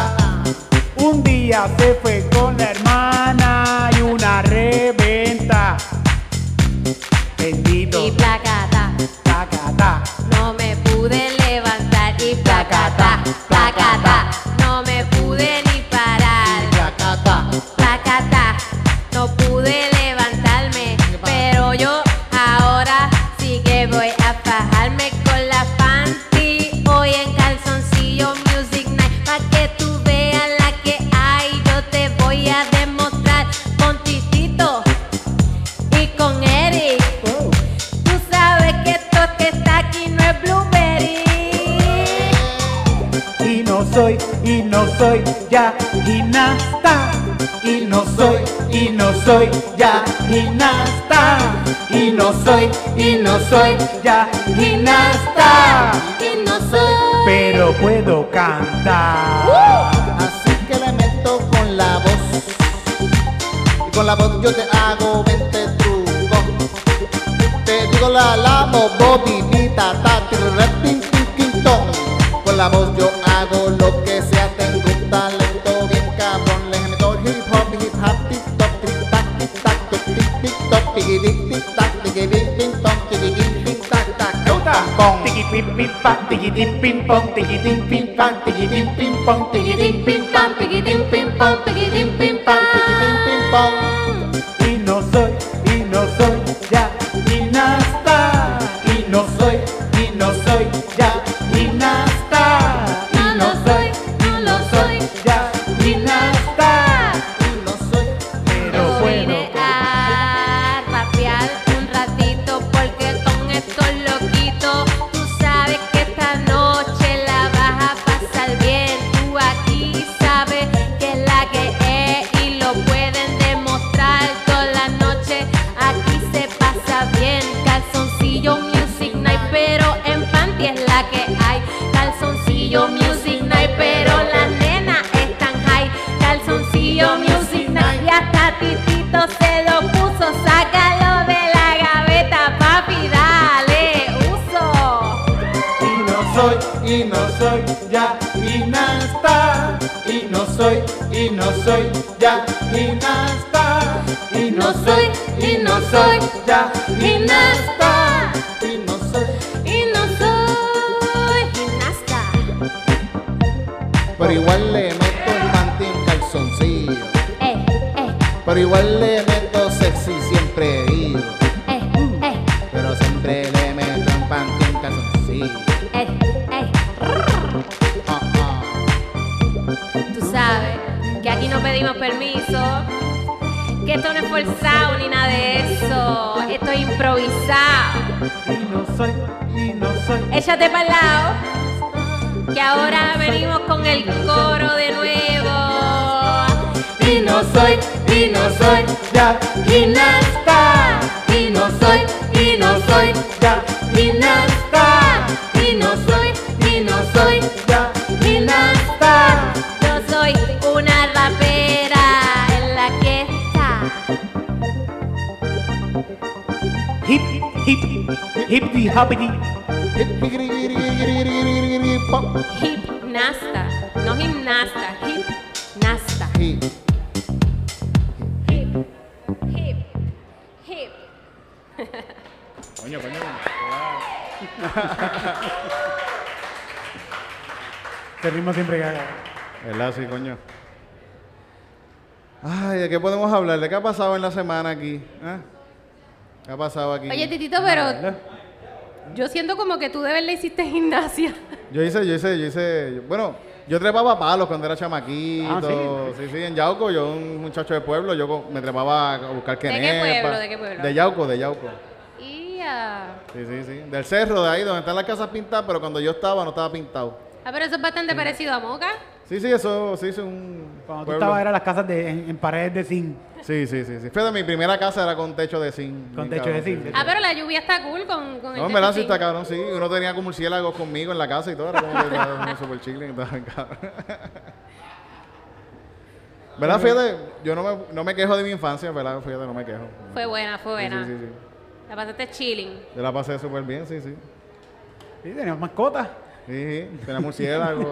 B: Un día se fue con la hermana y una reventa. Bendito.
C: Y placata,
B: Tacata.
C: no me pude levantar. Y placata, placata, no me pude ni parar. Placata, no pude levantarme, pero yo ahora sí que voy a fajarme con la panty. Hoy en calzoncillo Music Night, pa' que tú veas la que hay, yo te voy a demostrar con Titito y con Eric.
B: Oh.
C: Tú sabes que esto que está aquí no es Blueberry.
B: Y no soy, y no soy ya gimnasta. Y no soy, y no soy ya gimnasta. Y no soy, y no soy ya gimnasta.
C: y no soy.
B: Pero puedo cantar.
A: Así que le meto con la voz. Y con la voz yo te hago 20 trucos. Te digo la la bo bo bi, bi, ta ta ti, re, tin, tin, tin, ton. Con la voz yo hago lo que sea, tengo un talento bien cabrón. Le meto hip hop, hip hop, tic toc, tic tac, tic tac, toc, tic tic toc, tiki, tic tic tac, tiki, tic tic toc, tiki, tic, tic tac, tac, toc, tac, pong.
B: Tiquitipimpa, tiquitimpimpa, tiquitimpimpa, tiquitimpimpa,
C: Piquitín, pim,
B: tiquitimpimpa.
C: pam, piquitín, pim, pam, piquitín, pim, pam.
B: Y no soy, y no soy ya gimnasta. Y no soy, y no soy ya gimnasta.
C: No lo soy, no lo soy
B: ya gimnasta.
A: No soy
B: Pero
C: Yo vine
B: bueno,
C: a rapear un ratito porque con estos loquitos tú sabes que esta noche la vas a pasar bien. Tú aquí sabes que es la que es y lo pueden demostrar toda la noche. Aquí se pasa bien, calzoncillo music night, pero en panty es la que hay. Calzoncillo music night, pero la nena es tan high. Calzoncillo music night, y hasta Titito se lo puso. Sácalo de la gaveta, papi, dale, uso.
B: y no soy, y no soy ya gimnasta. Y no soy, y no soy ya gimnasta. Y no soy, y no soy ya gimnasta.
A: y no soy.
C: Y no soy gimnasta.
A: Pero igual le meto el panty en calzoncillo.
C: Eh, eh,
A: Pero igual le meto sexy siempre ido.
C: eh, eh,
A: Pero siempre le meto un panty en calzoncillo.
C: eh, eh.
A: Ah, ah.
C: Tú sabes que aquí no pedimos permiso, que esto no es forzado ni nada de eso, esto es improvisado.
B: Y no soy, y no soy.
C: Échate para lado, que ahora venimos con el coro de nuevo.
B: Y no soy, y no soy ya gimnasta. Y no soy, y no soy ya gimnasta.
C: Y no soy, y no soy
B: ya gimnasta.
C: Yo soy una rapera en la que está.
B: Hip, hip, hippity hoppity.
A: Pop.
C: Hipnasta, no gimnasta, hipnasta.
A: Y
C: Hip, hip, hip.
D: Coño, coño.
B: Este ritmo siempre caga.
D: ¿Verdad? Sí, coño.
A: Ay, ¿de qué podemos hablar? ¿De qué ¿Eh? ha pasado en la semana aquí? ¿Ah? ¿Qué ha pasado aquí?
C: Oye, Titito, pero Yo siento como que tú de verdad hiciste gimnasia.
A: Yo hice, yo hice, yo hice. yo- Bueno, yo trepaba palos cuando era chamaquito.
B: Ah, ¿sí?
A: sí, sí, en Yauco, yo un muchacho de pueblo, yo co- me trepaba a buscar
C: qué
A: quenepa.
C: pueblo, de qué pueblo?
A: De Yauco, de Yauco. *laughs*
C: Y ah,
A: Sí, sí, sí. Del cerro de ahí, donde están las casas pintadas, pero cuando yo estaba no estaba pintado.
C: ah, pero eso es bastante parecido a Moca.
A: Sí, sí, eso sí es un.
B: Cuando tú
A: pueblo.
B: estabas eran las casas de, en, en paredes de zinc.
A: Sí, sí, sí, sí. Fíjate, mi primera casa era con techo de zinc.
B: Con
A: bien
B: techo de
A: cabrón, sí,
B: zinc.
A: sí, sí.
C: Ah, pero la lluvia está cool con,
A: No,
C: con este
A: en
C: techo
A: verdad sí
C: así.
A: está cabrón, sí. Uno tenía como murciélagos conmigo en la casa y todo. Era como que era un super chicle y todo, *laughs* cabrón. ¿Verdad, fíjate? Yo no me, no me quejo de mi infancia, ¿verdad? Fíjate, no me quejo.
C: Fue buena, fue
A: Sí,
C: buena.
A: sí, sí, sí.
C: La pasaste
A: *laughs*
C: chilling.
A: Yo la pasé súper bien, sí, sí.
B: Sí, teníamos mascotas.
A: Sí, sí. Tenía murciélagos. *laughs*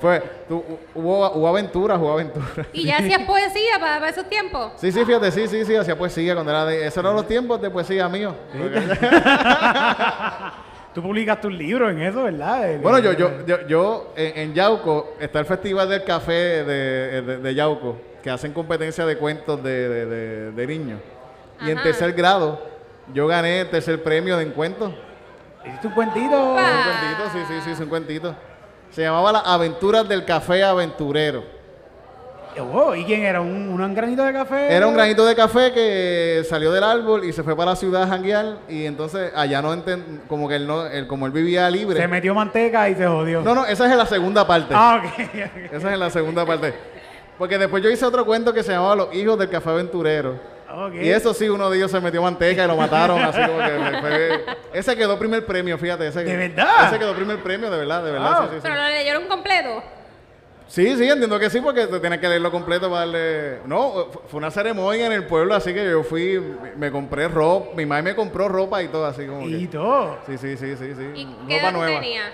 A: Fue, tú- hubo, hubo aventuras, hubo aventuras.
C: Y ya hacías poesía para, para esos tiempos.
A: Sí, sí, fíjate, sí, sí, sí, hacía poesía cuando era de... Esos eran los tiempos de poesía mío.
B: Tú publicas tus libros en eso, ¿verdad? El-
A: Bueno, yo, yo, yo, yo, en, en Yauco está el Festival del Café de, de- de Yauco, que hacen competencia de cuentos de, de- de- de niños. Y en
C: Ajá.
A: tercer grado, yo gané el tercer premio de encuentro.
B: Hiciste un cuentito.
C: Upa.
A: Un cuentito, sí, sí, sí, es un cuentito. Se llamaba Las Aventuras del Café Aventurero.
B: Oh, ¿Y quién era? ¿Un, un granito de café?
A: Era un granito de café que salió del árbol y se fue para la ciudad a janguear. Y entonces allá no enten- como que él no, él- como él vivía libre.
B: Se metió manteca y se jodió.
A: No, no, esa es la segunda parte.
B: Ah, ok. *laughs*
A: Esa es la segunda parte. Porque después yo hice otro cuento que se llamaba Los hijos del café aventurero.
B: Ok.
A: Y eso sí, uno de ellos se metió manteca y lo mataron, así como que le fue- Ese quedó primer premio, fíjate. Ese,
B: ¿De verdad?
A: Ese quedó primer premio, de verdad, de verdad.
B: Wow.
A: sí, sí,
C: Pero lo leyeron completo.
A: sí. sí, sí, entiendo que sí, porque te tienes que leerlo completo para darle... No, fu- fue una ceremonia en el pueblo, así que yo fui, me- me compré ropa, mi madre me compró ropa y todo, así como
B: Y
A: que...
B: todo.
A: Sí, sí, sí, sí, sí.
C: ¿Y
A: Mm, ropa
C: qué edad tú
A: nueva.
C: tenías?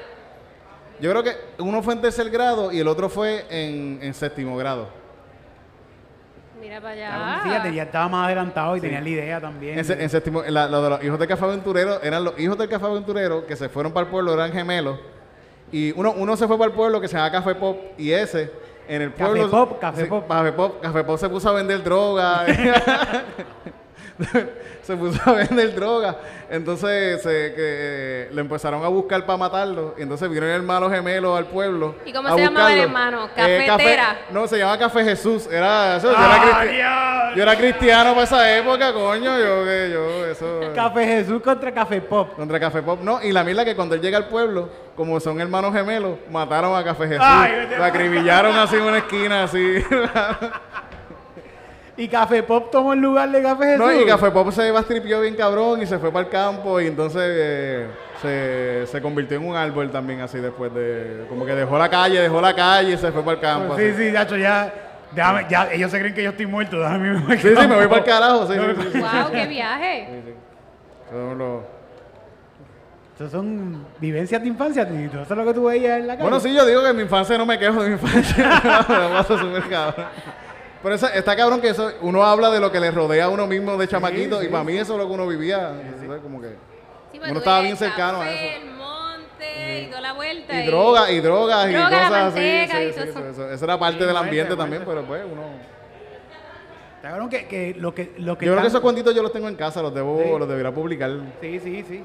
A: Yo creo que uno fue en tercer grado y el otro fue en, en séptimo grado.
C: Mira para
B: Cabrón,
C: allá.
B: Ah, Fíjate, ya estaba más adelantado y tenía la idea también.
A: En, se- en séptimo, la- lo de los hijos del café aventurero eran los hijos del café aventurero que se fueron para el pueblo, eran gemelos. Y uno, uno se fue para el pueblo que se llama Café Pop y ese en el
B: Café
A: pueblo.
B: Pop, Café
A: sí,
B: Pop.
A: Café Pop. Café Pop se puso a vender droga. *laughs* se puso a vender droga. Entonces se, que, eh, le empezaron a buscar para matarlo. Y entonces vino el hermano gemelo al pueblo.
C: ¿Y cómo
A: a
C: se llamaba
A: buscarlo.
C: el
A: Eh,
C: hermano?
A: café-
C: Cafetera.
A: no, se llamaba Café Jesús. Era, eso, yo era
B: ¡Ah,
A: cristi-
B: Dios!
A: yo era cristiano para esa época, coño. Yo, que yo, eso. eh,
B: Café Jesús contra Café Pop.
A: Contra Café Pop. No, y la mierda que cuando él llega al pueblo, como son hermanos gemelos, mataron a Café Jesús.
B: Ay, vete
A: lo acribillaron así en una esquina,
B: *laughs*
A: así.
B: Y Café Pop tomó el lugar de Café Jesús.
A: no, y Café Pop se bastripió bien cabrón y se fue para el campo y entonces eh, se, se convirtió en un árbol también, así después de. Como que dejó la calle, dejó la calle y se fue para el campo.
B: Pues Sí,
A: así.
B: sí, Nacho, ya. Déjame, ya, ellos se creen que yo estoy muerto. Déjame irme
A: Sí, sí, me voy para el carajo. Sí, sí, sí, sí.
C: Wow, qué viaje.
A: Son los-
B: Esas son vivencias de infancia, Tito. Eso es lo que tú veías en la calle.
A: Bueno, sí, yo digo que en mi infancia no me quejo de mi infancia. *laughs* la paso súper cabrón. Pero esa- está cabrón que eso, uno habla de lo que le rodea a uno mismo de chamaquito y para mí eso es lo que uno vivía. ¿sabes? Como que,
C: Sí, pues,
A: Uno
C: tú
A: estaba bien
C: ibas al
A: cercano a
C: café,
A: eso.
C: El monte, y toda la vuelta.
A: y drogas, y drogas, y
C: Droga, la
A: cosas así.
C: manteca
A: sí,
C: y
A: sí,
C: todo
A: sí,
C: eso.
A: eso. Eso era parte
B: Sí,
A: del
B: fuerte,
A: ambiente
B: fuerte.
A: también, pero pues uno...
B: Está cabrón que, que lo que. Lo que
A: Yo creo que
B: están-
A: esos cuentitos yo los tengo en casa, los debo,
B: Sí.
A: los debería publicar
B: Sí, sí, sí.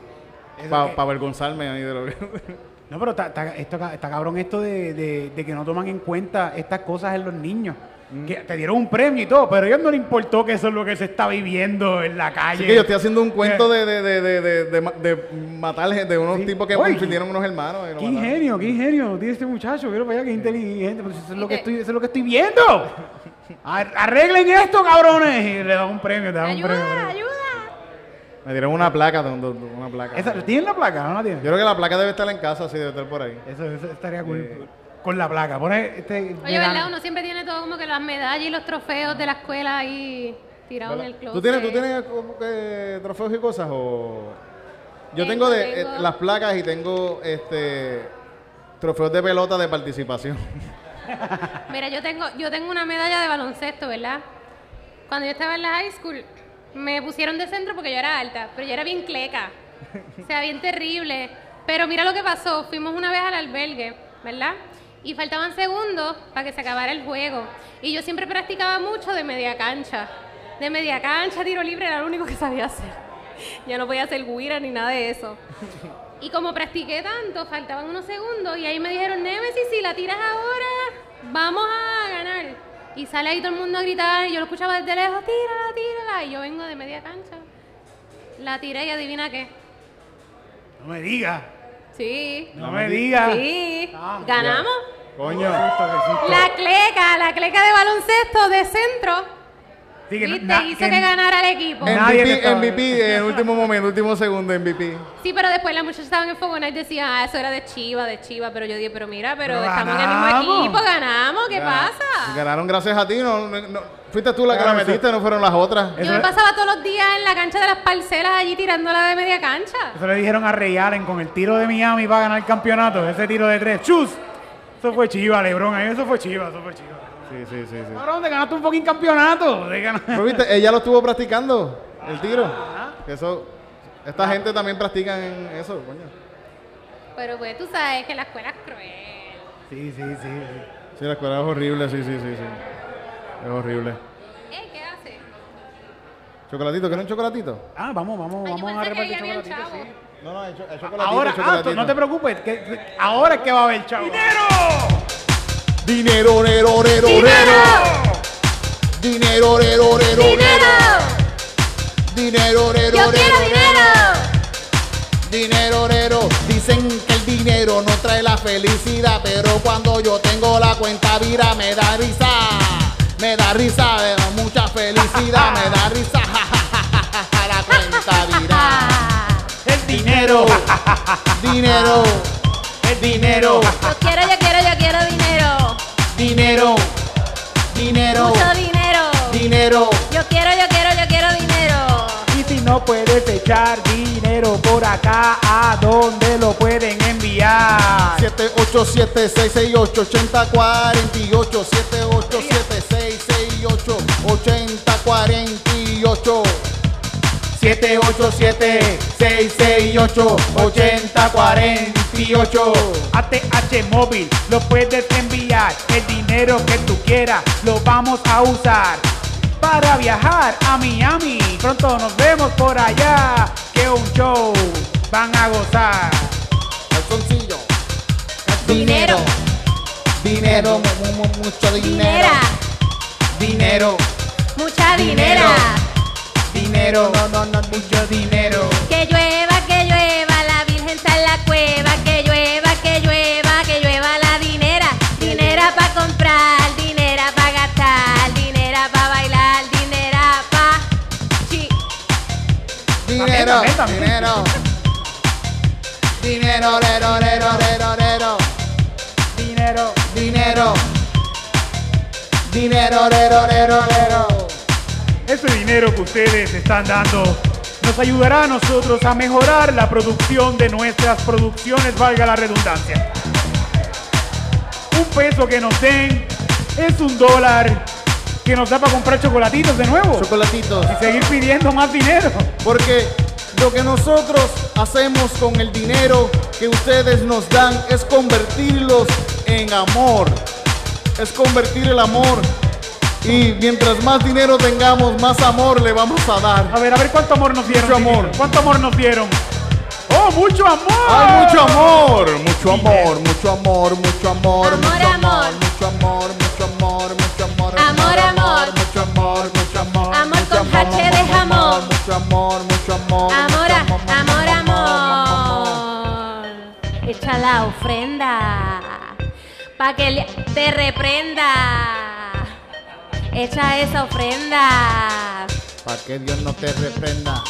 B: Eso
A: para
B: que-
A: avergonzarme ahí de lo que... *laughs*
B: No, pero está, está- esto ca- está cabrón esto de, de- de que no toman en cuenta estas cosas en los niños.
A: Mm.
B: Que te dieron un premio y todo, pero a ellos no les importó que eso es lo que se está viviendo en la calle.
A: Así que yo estoy haciendo un cuento de, de, de, de, de, de ma- de matar gente, de unos
B: Sí.
A: tipos que
B: Oye,
A: confundieron unos hermanos. y lo
B: Qué
A: mataron.
B: ingenio, qué ingenio tiene este muchacho. Mira para allá, qué inteligente. Pero Eso es lo que
C: Y te-
B: estoy, eso es lo que estoy viendo. Ar- Arreglen esto, cabrones. Y le dan un premio, te dan un premio.
C: Ayuda,
B: premio.
C: ayuda.
A: Me dieron una placa, don- don- don- una placa.
B: Esa- ¿Tienen la placa? ¿No la tienen?
A: Yo creo que la placa debe estar en casa, sí, debe estar por ahí.
B: Eso, eso estaría cool. Con la placa. Pone este.
C: Oye, ¿verdad? Uno siempre tiene todo como que las medallas y los trofeos de la escuela ahí tirados Ah, en el closet.
A: ¿Tú tienes, ¿Tú tienes
D: eh,
A: como que trofeos y cosas o...? Yo
C: Tengo,
A: tengo, de, eh,
C: tengo.
A: las placas y tengo este trofeos de pelota de participación.
C: Mira, yo tengo, yo tengo una medalla de baloncesto, ¿verdad? Cuando yo estaba en la high school, me pusieron de centro porque yo era alta, pero yo era bien cleca. O sea, bien terrible. Pero mira lo que pasó. Fuimos una vez al albergue, ¿verdad? Y faltaban segundos para que se acabara el juego. Y yo siempre practicaba mucho de media cancha. De media cancha, tiro libre, era lo único que sabía hacer. *laughs* ya no podía hacer guira ni nada de eso. Y como practiqué tanto, faltaban unos segundos y ahí me dijeron, Nemesis, si la tiras ahora, vamos a ganar. Y sale ahí todo el mundo a gritar y yo lo escuchaba desde lejos, tírala, tírala. Y yo vengo de media cancha. La tiré y adivina qué.
B: No me digas.
C: Sí.
B: No me digas.
C: Sí.
B: Ah,
C: *laughs* Ganamos.
D: Coño.
C: La cleca, la cleca de baloncesto de centro.
B: Sí, que no-
C: ¿Viste?
B: na-
C: Hizo
B: que-
C: que ganara el equipo.
B: En- Nadie le
D: MVP,
B: estaba-
D: MVP, en último momento, último segundo, MVP.
C: Sí, pero después las muchachas estaban en fogona y decían, ah, eso era de Chiva, de Chiva. Pero yo dije, pero mira, pero,
B: Pero
C: estamos en el
B: ganamos.
C: mismo equipo, ganamos, ¿qué
D: Gan-
C: pasa?
D: Ganaron gracias a ti, no, no- no- fuiste tú la que la
B: Claro, eso-
D: metiste, no fueron las otras.
B: Eso
C: yo me
B: es-
C: pasaba todos los días en la cancha de las parcelas allí tirándola de media cancha.
B: Eso le dijeron a Ray Allen con el tiro de Miami va a ganar el campeonato. Ese tiro de tres. ¡Chus! Eso fue chiva, Lebron. ahí Eso fue chiva, eso fue chiva.
D: Sí, sí, sí, sí.
B: Cabrón, te ganaste un fucking campeonato. Te ganaste-
D: Pero viste, ella lo estuvo practicando, el tiro. Que eso, esta gente también practica en eso, coño.
C: Pero pues tú sabes que la escuela es cruel.
B: Sí, sí, sí. sí.
D: Sí, la escuela es horrible, sí, sí, sí, sí. Es horrible.
C: Ey, ¿qué hace?
D: Chocolatito, ¿quieres un chocolatito?
B: Ah, vamos, vamos,
C: Ay, yo
B: vamos
C: pensé que
B: a
C: ahí
B: repartir
C: había un
B: chocolatitos.
C: chavo.
D: No, no, el, cho- el chocolatito.
B: Ahora,
D: el
B: ah,
D: chocolatito.
B: tú no te preocupes. que- que- ahora es que va a haber chavo.
D: Dinero, nero, nero, nero. Dinero, nero, nero,
C: ¡Dinero!
D: Dinero, nero,
C: ¡Yo quiero
D: nero,
C: dinero!
D: Dinero, dinero, dicen que el dinero no trae la felicidad, pero cuando yo tengo la cuenta vira me da risa, me da risa, me da mucha felicidad, me da risa, *laughs* la cuenta vira.
B: El dinero.
D: *laughs* Dinero,
B: El dinero.
C: *laughs* Yo quiero, yo quiero, yo quiero dinero.
D: dinero, dinero,
C: Mucho dinero.
D: dinero.
C: Yo quiero, yo quiero, yo quiero dinero.
B: Y si no puedes echar dinero por acá, ¿a dónde lo pueden enviar?
D: 787-668-8048 787-668-8048 787-668-8048
B: ATH móvil lo puedes enviar el dinero que tú quieras lo vamos a usar para viajar a Miami pronto nos vemos por allá que un show van a gozar
D: Calzoncillo
C: Dinero.
D: Dinero mu- mu- mu- Mucho dinero
C: Dinera.
D: Dinero
C: Mucha
D: Dinero.
C: dinera.
D: Dinero No, no, no Mucho dinero
C: Que llueva, que llueva, la virgen está en la cueva. Que llueva, que llueva, que llueva la dinera. Dinera para comprar, dinera para gastar, dinera para bailar, dinera para...
D: Dinero
B: También, también, también.
D: Dinero Dinero Dinero Dinero Dinero
B: dinero
D: Dinero. Dinero, dinero, dinero, dinero.
B: ese dinero que ustedes están dando nos ayudará a nosotros a mejorar la producción de nuestras producciones, valga la redundancia. Un peso que nos den es un dólar que nos da para comprar chocolatitos de nuevo
D: Chocolatitos.
B: y seguir pidiendo más dinero.
D: Porque lo que nosotros hacemos con el dinero que ustedes nos dan es convertirlos en amor. Es convertir el amor. Y mientras más dinero tengamos, más amor le vamos a dar.
B: A ver, a ver cuánto amor nos dieron.
D: Mucho amor.
B: Dinero? ¿Cuánto amor nos dieron? ¡Oh, mucho amor!
D: Hay mucho amor, mucho amor, mucho amor, mucho amor,
C: Amor,
D: mucho
C: amor.
D: amor, mucho amor, mucho amor, mucho amor,
C: Amor, amor.
D: mucho amor, mucho amor,
C: Amor
D: mucho
C: con H de
D: mucho
C: jamón.
D: amor, mucho amor, mucho amor,
C: Amor,
D: mucho amor, mucho
C: amor,
D: amor, mucho amor.
C: amor. Echa la ofrenda pa que le- te reprenda. Echa esa ofrenda.
D: Para que Dios no te reprenda.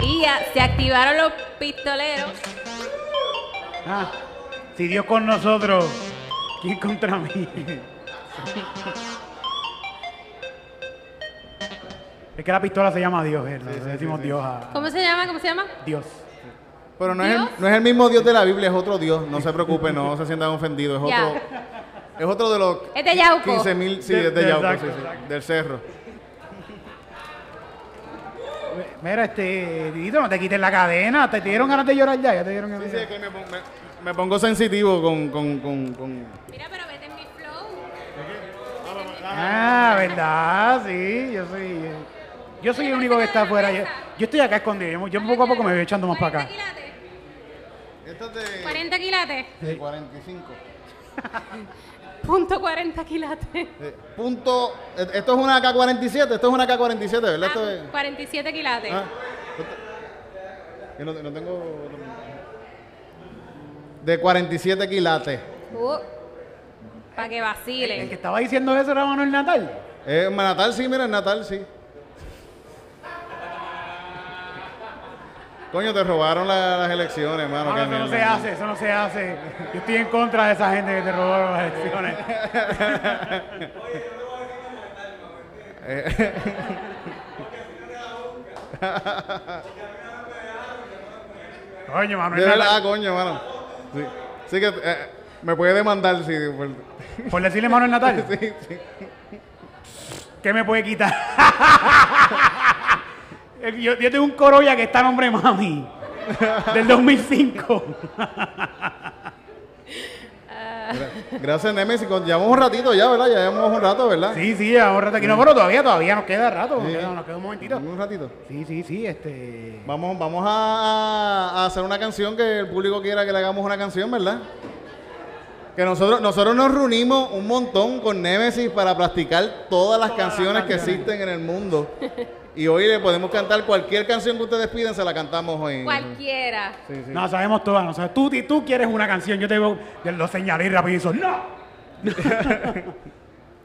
C: Y ya, se activaron los pistoleros.
B: Ah, si Dios con nosotros, ¿quién contra mí? es que la pistola se llama Dios, ¿eh? Le decimos Dios a
C: ¿Cómo se llama? ¿Cómo se llama?
B: Dios.
D: Pero no es, el,
C: ¿Dios?
D: no es el mismo Dios de la Biblia, es otro Dios. No se preocupen, no se sientan ofendidos. Es
C: Ya.
D: otro, es otro de los
C: Es de Yauco.
D: 15 mil. Sí,
B: De-
D: es de
B: de-
D: Yauco,
B: exacto,
D: sí, sí,
B: exacto.
D: del cerro.
B: Mira, este, Didito, no te quites la cadena. Te dieron ganas de llorar ya, ya te dieron
D: Sí,
B: ganas
D: sí,
B: de
D: es
B: llorar.
D: que me, pon- me- me pongo sensitivo con- con- con- con
C: Mira, pero vete en mi flow.
B: Ah, ¿verdad? Sí, yo soy... eh, Yo soy el único que está afuera. Yo, yo estoy acá escondido. Yo, yo poco a poco me voy echando más para acá.
E: 40 quilates.
A: Esto es de,
E: 40 quilates.
A: de 45.
E: Punto 40 quilates.
A: Eh, Punto.
D: e,
A: eh, Esto es una K47, esto es una K47, ¿verdad? Esto es-
E: Ah, 47 quilates.
A: Ah, yo no, no tengo. De 47 quilates.
E: para Uh. que
B: El que
E: vacile.
B: estaba diciendo eso era Manuel Natal.
A: Eh, Natal sí, mira, en Natal sí. Coño, te robaron la- las elecciones, hermano.
B: No,
A: qué
B: eso no se
A: mierda.
B: hace, eso no se hace. Yo estoy en contra de esa gente que te robó las
A: *laughs*
B: elecciones. Coño,
A: De
B: Manuel
A: verdad,
B: Natal.
A: ah, coño, hermano. Sí, Sí que eh, me puede demandar, sí. por-
B: Por decirle Manuel Natal,
A: *laughs* sí, sí.
B: ¿qué me puede quitar? *laughs* El- yo, yo tengo un Corolla que está a nombre de mami. Del 2005.
A: Gracias, Nemesis. Con- Llevamos un ratito ya, ¿verdad? Ya llevamos un rato, ¿verdad?
B: Sí, sí, ahora está aquí. No, pero todavía, todavía nos queda rato. Nos
A: Sí.
B: queda, nos queda un momentito.
A: Un ratito.
B: Sí, sí, sí, este.
A: Vamos, vamos a, a hacer una canción que el público quiera que le hagamos una canción, ¿verdad? Que nosotros, nosotros nos reunimos un montón con Nemesis para practicar todas las canciones que existen en el mundo. Y hoy le podemos cantar cualquier canción que ustedes piden, se la cantamos hoy.
E: Cualquiera.
A: Sí, sí.
B: No, sabemos todas. No sabes. Tú, ti- tú quieres una canción, yo te veo, yo lo señalé rapidito. ¡No! *laughs*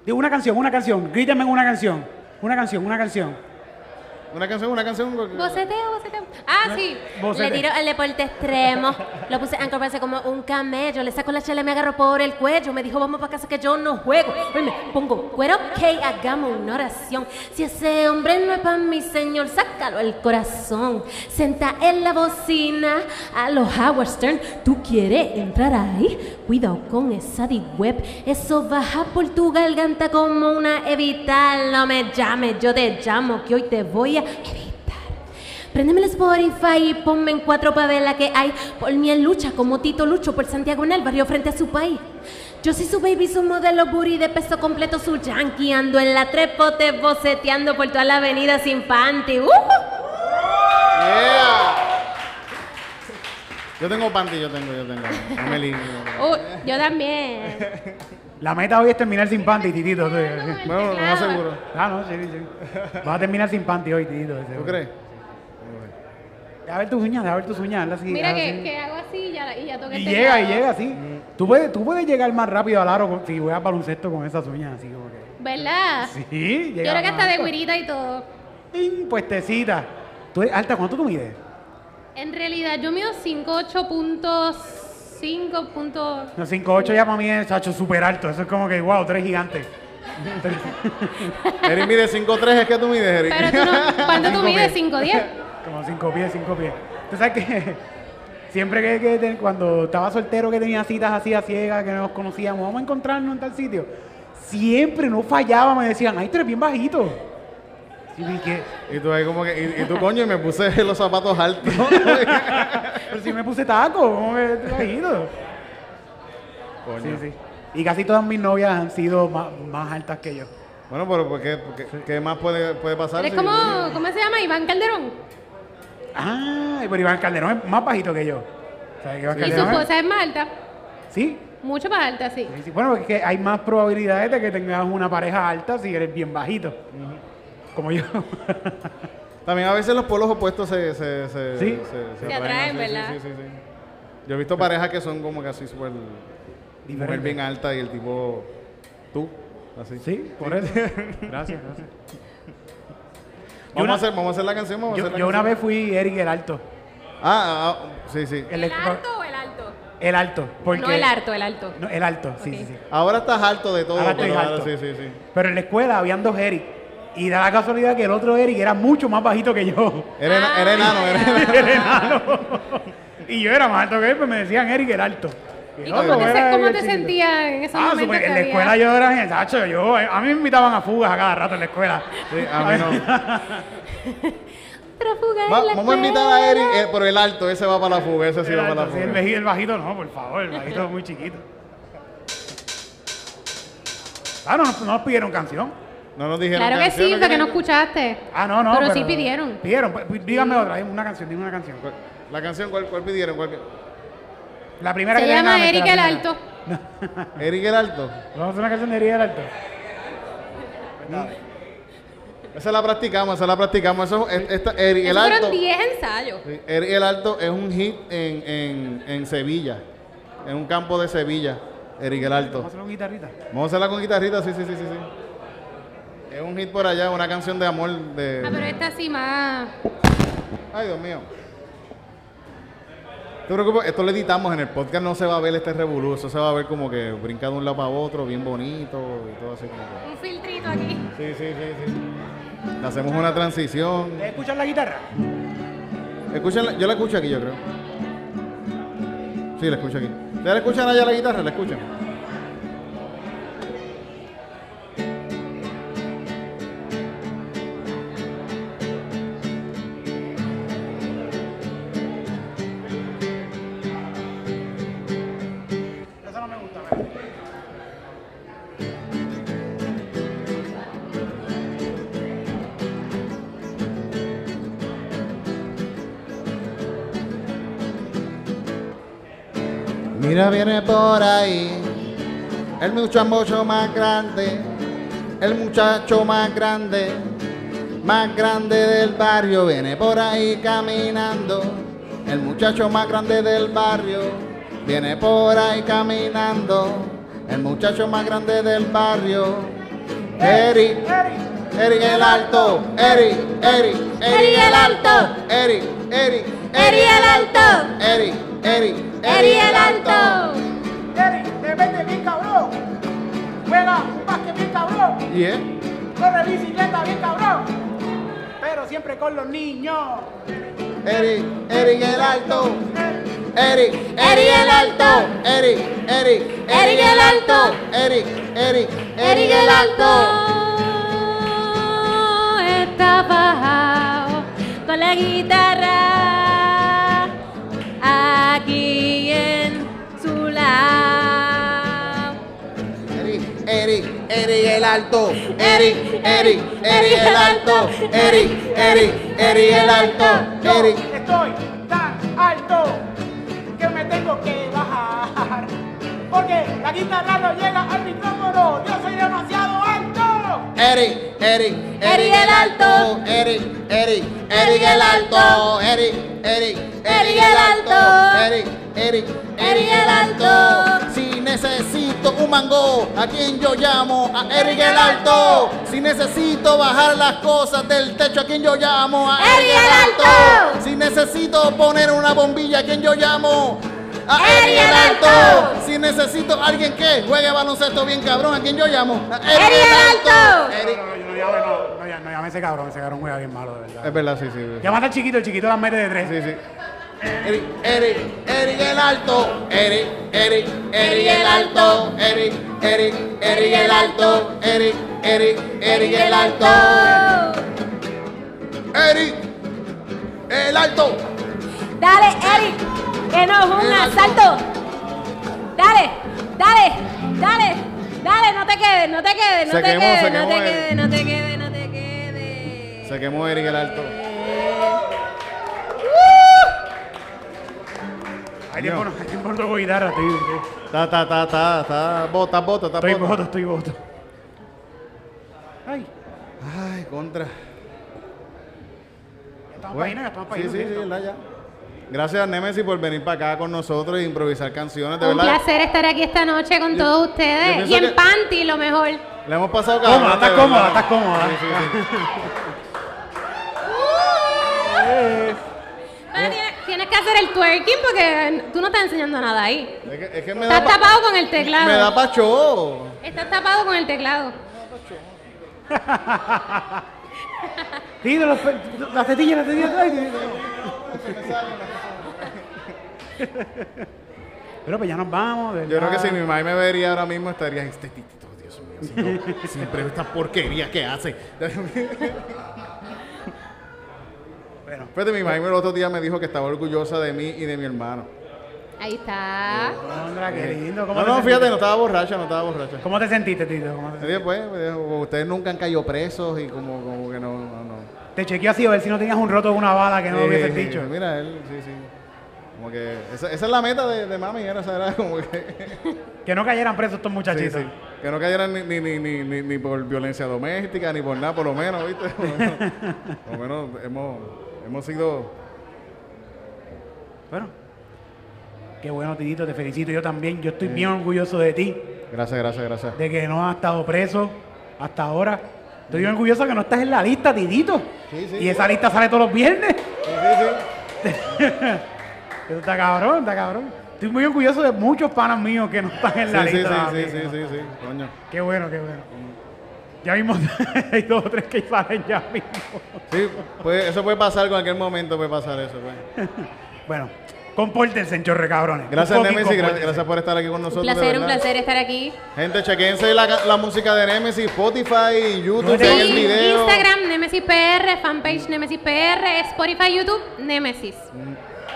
B: Digo, una canción, una canción. Grítame una canción. Una canción, una canción.
A: Una canción, una canción.
E: Boceteo, boceteo. Ah, sí.
B: Boceteo.
E: Le tiro el deporte extremo. Lo puse a encorvarse como un camello. Le saco la chela y me agarro por el cuello. Me dijo, vamos para casa que yo no juego. Hoy me pongo cuero, ok, hagamos una oración. Si ese hombre no es para mi señor, sácalo el corazón. Senta en la bocina a los Howard Stern. ¿Tú quieres entrar ahí? Cuidado con esa D-Web. Eso baja por tu garganta como una evita. No me llames, yo te llamo que hoy te voy a evitar. Préndeme el Spotify y ponme en cuatro pavelas que hay. Por mí en lucha, como Tito Lucho, por Santiago en el barrio frente a su país. Yo soy su baby, su modelo booty de peso completo, su yankee. Ando en la tres potes boceteando por toda la avenida sin panty. ¡Uh!
A: Yeah. Yo tengo panty, yo tengo, yo tengo. No me
E: *laughs*
A: lío.
E: Oh, yo también.
B: La meta hoy es terminar sin panty, titito. tú.
A: Bueno, no aseguro.
B: Ah, no, sí, sí. Vas a terminar sin panty hoy, titito. de seguro.
A: ¿Tú crees?
B: A ver tus uñas, a ver tus uñas. hazla así,
A: Ah,
B: hazla así.
E: hago así y ya, este toca
B: Y llega, y llega así. Tú, puedes, tú puedes llegar más rápido al aro con- si juegas baloncesto con esas uñas así. Como que.
E: ¿Verdad?
B: Sí, llega más alto.
E: guirita y todo.
B: ¡Ting! Puestecita. ¿Tú eres alta? ¿Cuánto tú mides?
E: En realidad, yo mido 58.5 puntos.
B: No, 5'8 ya para mí es chacho, súper alto. Eso es como que, wow, tres gigantes.
A: Eric mide 5'3, es que tú mides, Eric.
E: Pero tú
A: *laughs*
E: no, ¿cuánto tú
B: Cinco pies.
E: mides? 5'10.
B: *laughs* Como 5 pies, 5 pies. Tú sabes que *laughs* siempre que, que ten- cuando estaba soltero, que tenía citas así a ciegas, que nos conocíamos, vamos a encontrarnos en tal sitio. Siempre no fallaba, me decían, ay, tú eres bien bajito. Y yo, "¿Y qué?
A: Y tú ahí como que, y, y tú coño, y me puse *laughs* los zapatos altos.
B: Pero si me puse taco, ¿cómo que estoy bajito?
A: Coño.
B: Sí, sí. Y casi todas mis novias han sido más, más altas que yo.
A: Bueno, pero ¿por qué, por qué- qué más puede, puede pasar?
E: Eres
A: Sí,
E: como,
A: sí.
E: ¿cómo se llama? Iván Calderón.
B: Ah, pero Iván Calderón es más bajito que yo. O sea, que Iván
E: Y su
B: Calderón es-
E: esposa es más alta.
B: Sí,
E: Mucho más alta, sí.
B: Sí, sí. Bueno, es que hay más probabilidades de que tengas una pareja alta si eres bien bajito. Como *laughs* yo.
A: También a veces los polos opuestos se, se, se,
B: Sí.
A: se,
E: Se atraen,
A: sí, sí,
E: ¿verdad?
A: Sí, sí, sí. Yo he visto parejas que son como que así súper. Mujer
B: Diferente.
A: bien alta y el tipo. Tú. Así.
B: sí, por eso. Gracias, gracias.
A: Vamos,
B: una-
A: a hacer, vamos a hacer la canción. Vamos a hacer
B: Yo,
A: la
B: yo una vez
A: canción.
B: fui Eric el alto.
A: Ah, ah, ah, sí, sí.
E: ¿El alto o el alto?
B: El alto. Porque,
E: No el alto, el alto.
B: No, el alto, sí,
E: Ok.
B: sí, sí.
A: Ahora estás alto de todo.
B: Ahora estoy
A: pero
B: alto.
A: sí, sí, sí.
B: Pero en la escuela habían dos Eric. Y da la casualidad que el otro Eric era mucho más bajito que yo.
A: Eres,
E: Ah,
A: eres enano,
C: *laughs*
A: eres
E: ya.
A: enano.
B: Era enano. *laughs* y yo era más alto que él, pues me decían Eric el alto.
E: ¿Y
B: el
E: cómo
B: otro
E: te,
B: era
E: se- cómo
B: bien
E: te
B: chiquito.
E: sentías en esos
B: Ah,
E: momentos
B: super,
E: que
B: en la
E: había?
B: escuela yo era muchacho, yo, eh, a mí me invitaban a fugas a cada rato en la escuela.
A: Sí, a mí no.
E: Tráfuga en
A: Va-
E: la
A: vamos a invitar a Eric,
E: escuela.
A: eh, pero el alto, ese va para la fuga, ese sí
B: El,
A: va para la
B: alto, sí, el
A: fuga.
B: veji- el bajito no, por favor, el bajito es muy Ah, chiquito. Claro, no, no nos pidieron canción.
D: No nos dijeron
C: Claro que sí,
D: canción,
C: porque no
D: tienen-
C: escuchaste.
B: Ah, no, no.
C: Pero sí pidieron.
B: Pidieron. Pues, pues, dígame otra, dime una canción, dime una canción.
D: ¿Cuál- La canción, ¿cuál, cuál pidieron? ¿Cuál-
B: La primera
C: Se
B: que tengan a
C: llama
B: la mente,
C: Eric
B: la
C: el
B: primera.
C: Alto.
D: Eric el Alto.
B: *laughs* Vamos a hacer una canción de Eric
A: *laughs*
B: el Alto.
D: Esa la practicamos, esa la practicamos. Eso, es- esta- Eric el
C: Esos
D: Alto.
C: fueron 10 ensayos.
D: Sí, Eric el Alto es un hit en, en, en Sevilla. En un campo de Sevilla. Eric el Alto.
B: Vamos a hacer una guitarrita.
D: Vamos a hacerla con guitarrita, sí, sí, sí, sí. sí. Es un hit por allá, una canción de amor de.
C: Ah, pero esta sí más.
D: Ay, Dios mío. No te preocupes, pues, esto lo editamos en el podcast, no se va a ver este revolú, eso se va a ver como que brinca de un lado para otro, bien bonito y todo así. como
C: Un filtrito aquí.
D: que- Sí, sí, sí, sí. Le hacemos una transición.
B: ¿Te escuchas la guitarra?
D: Escúchenla, yo la escucho aquí, yo creo. Sí, la escucho aquí. ¿Ustedes la escuchan allá la guitarra? ¿La escuchan?
B: Esa no me gusta. espérate.
D: Mira, viene por ahí el muchacho más grande, el muchacho más grande, más grande del barrio. Viene por ahí caminando, el muchacho más grande del barrio. Viene por ahí caminando, el muchacho más grande del barrio. Eric, Eric el alto, Eric, Eric, Eric el alto, Eric, Eric,
C: Eric el alto.
D: Eric, Eric,
C: Eric el Alto.
B: Eric, te vete bien cabrón. Juega un básquet bien cabrón.
D: Yeah.
B: Corre bicicleta bien cabrón. Pero siempre con los niños.
D: Eric, Eric el alto. Eric,
C: Eric el alto.
D: Eric, Eric,
C: Eric el alto.
D: Eric, Eric,
C: Eric el Alto está bajado con la guitarra aquí en su lado.
D: Eric, Eric, Eric el alto. Eric, Eric, Eric el alto. Eric, Eric, Eric el alto.
B: Yo
D: Eric.
B: estoy tan alto que me tengo que bajar. Porque la guitarra no llega al micrófono. Yo soy demasiado alto.
D: Eric, Eric,
C: Eric el alto.
D: Eric, Eric,
C: Eric el alto.
D: Eric, Eric,
C: Eric el alto.
D: Eric, Eric,
C: Eric el alto.
D: Si necesito un mango, ¿a quién yo llamo? A Eric el alto. Si necesito bajar las cosas del techo, ¿a quién yo llamo? A
C: Eric el alto.
D: Si necesito poner una bombilla, ¿a quién yo llamo? A
C: Eric el alto.
D: Si necesito alguien que juegue baloncesto bien cabrón, ¿a quién yo llamo? A
C: Eric el Alto.
D: Eric.
B: no, no, llame, no, no, llame- no llame a ese cabrón. Ese cabrón juega bien malo, de verdad.
D: Es verdad, sí, sí. sí.
B: Llámate al chiquito, el chiquito las mete de tres.
D: Eh. Sí, sí. Eric, Eric, Eric el alto, Eric, Eric, Eric el alto, Eric, Eric, Eric el alto, Eric, Eric, Eric el alto, Eric, el alto.
C: Dale, Eric, que no es un
D: El alto.
C: asalto. Dale, dale, dale, dale, no te quedes, no te quedes, no
D: Se
C: te
D: quemó,
C: quedes,
D: se
C: no
D: quemó,
C: te
D: Eric.
C: quedes, no te quedes, no te quedes.
D: Se quemó Eric el alto.
B: Hay tiempo, no, hay tiempo no toco guitarra, estoy, estoy,
D: Ta, ta, ta, ta, ta, bota, bota, ta,
B: estoy
D: bota.
B: voto, estoy voto. Ay,
D: Ay, contra.
B: ya estamos para
D: Bueno,
B: irnos, ya estamos para
D: sí,
B: irnos,
D: sí, sí,
B: ¿cierto?
D: verdad, ya. Gracias, Nemesis, por venir para acá con nosotros e improvisar canciones, de
C: Un
D: verdad.
C: placer estar aquí esta noche con
D: Yo-
C: todos
D: yo
C: ustedes.
D: pienso
C: Y en
D: que-
C: panty, lo mejor.
D: Le hemos pasado
B: Cómoda,
D: cabrón,
B: estás
D: de verdad.
B: cómoda, estás cómoda.
D: Sí, sí, sí.
C: Bueno, tienes, tienes que hacer el twerking porque tú no estás enseñando nada ahí.
D: Es que, es que me da
C: Estás
D: pa-
C: tapado con el teclado.
D: Me da pacho.
C: Estás tapado con el teclado.
B: Sí, de los pe- las tetillas, las tetillas. ay, Dios mío. Pero pues ya nos vamos. de
D: Yo creo que
B: verdad.
D: si mi mamá me vería ahora mismo estaría este titito, Dios mío, señor, siempre esta porquería que hace.
B: Bueno,
D: Fíjate, mi mamá el otro día me dijo que estaba orgullosa de mí y de mi hermano.
C: Ahí está.
B: Sandra, qué lindo. ¿Cómo,
A: No, no,
B: te sentiste?
A: fíjate, no estaba borracha, no estaba borracha.
B: ¿Cómo te sentiste, Tito? ¿Cómo te,
A: Y después, me dijo, ustedes nunca han caído presos y como, como que no, no, no.
B: te chequeó así a ver si no tenías un roto o una bala que no
A: Sí,
B: hubieses
A: sí,
B: dicho.
A: Mira, él, sí, sí. Como que esa, esa es la meta de, de mami, era, o sea, era como que...
B: Que no cayeran presos estos
A: Sí,
B: muchachitos.
A: sí. Que no cayeran ni, ni, ni, ni, ni, ni por violencia doméstica, ni por nada, por lo menos, ¿viste? Por lo menos, por
B: *laughs*
A: lo menos hemos, hemos sido...
B: Bueno. Qué bueno, Tito, te felicito. Yo también. Yo estoy bien orgulloso de ti,
A: Gracias, gracias, gracias.
B: de que no has estado preso hasta ahora. Estoy bien orgulloso que no estás en la lista, Titito.
A: Sí, sí.
B: y esa lista sale todos los viernes.
A: Sí, sí, sí.
B: Eso está cabrón, está cabrón. Estoy muy orgulloso de muchos panas míos que no están en la
A: Sí, sí,
B: lista.
A: sí, sí,
B: también,
A: sí,
B: ¿no?
A: sí, sí, coño.
B: Qué bueno, qué bueno. Ya mismo *laughs* hay dos o tres que salen ya mismo.
A: Sí, puede- eso puede pasar, en cualquier momento puede pasar eso. pues.
B: Bueno, compórtense, chorre cabrones.
A: Gracias,
B: Un poquito
A: Nemesis, gracias,
B: compórtense.
A: gracias por estar aquí con
C: Un
A: nosotros. de
C: placer, un
A: verdad.
C: placer estar aquí.
A: Gente, chequense la, la música de Nemesis, Spotify, YouTube,
B: Sí,
A: chequen el
C: Y
A: video.
C: Instagram, Nemesis PR, fanpage Nemesis PR, Spotify, YouTube, Nemesis.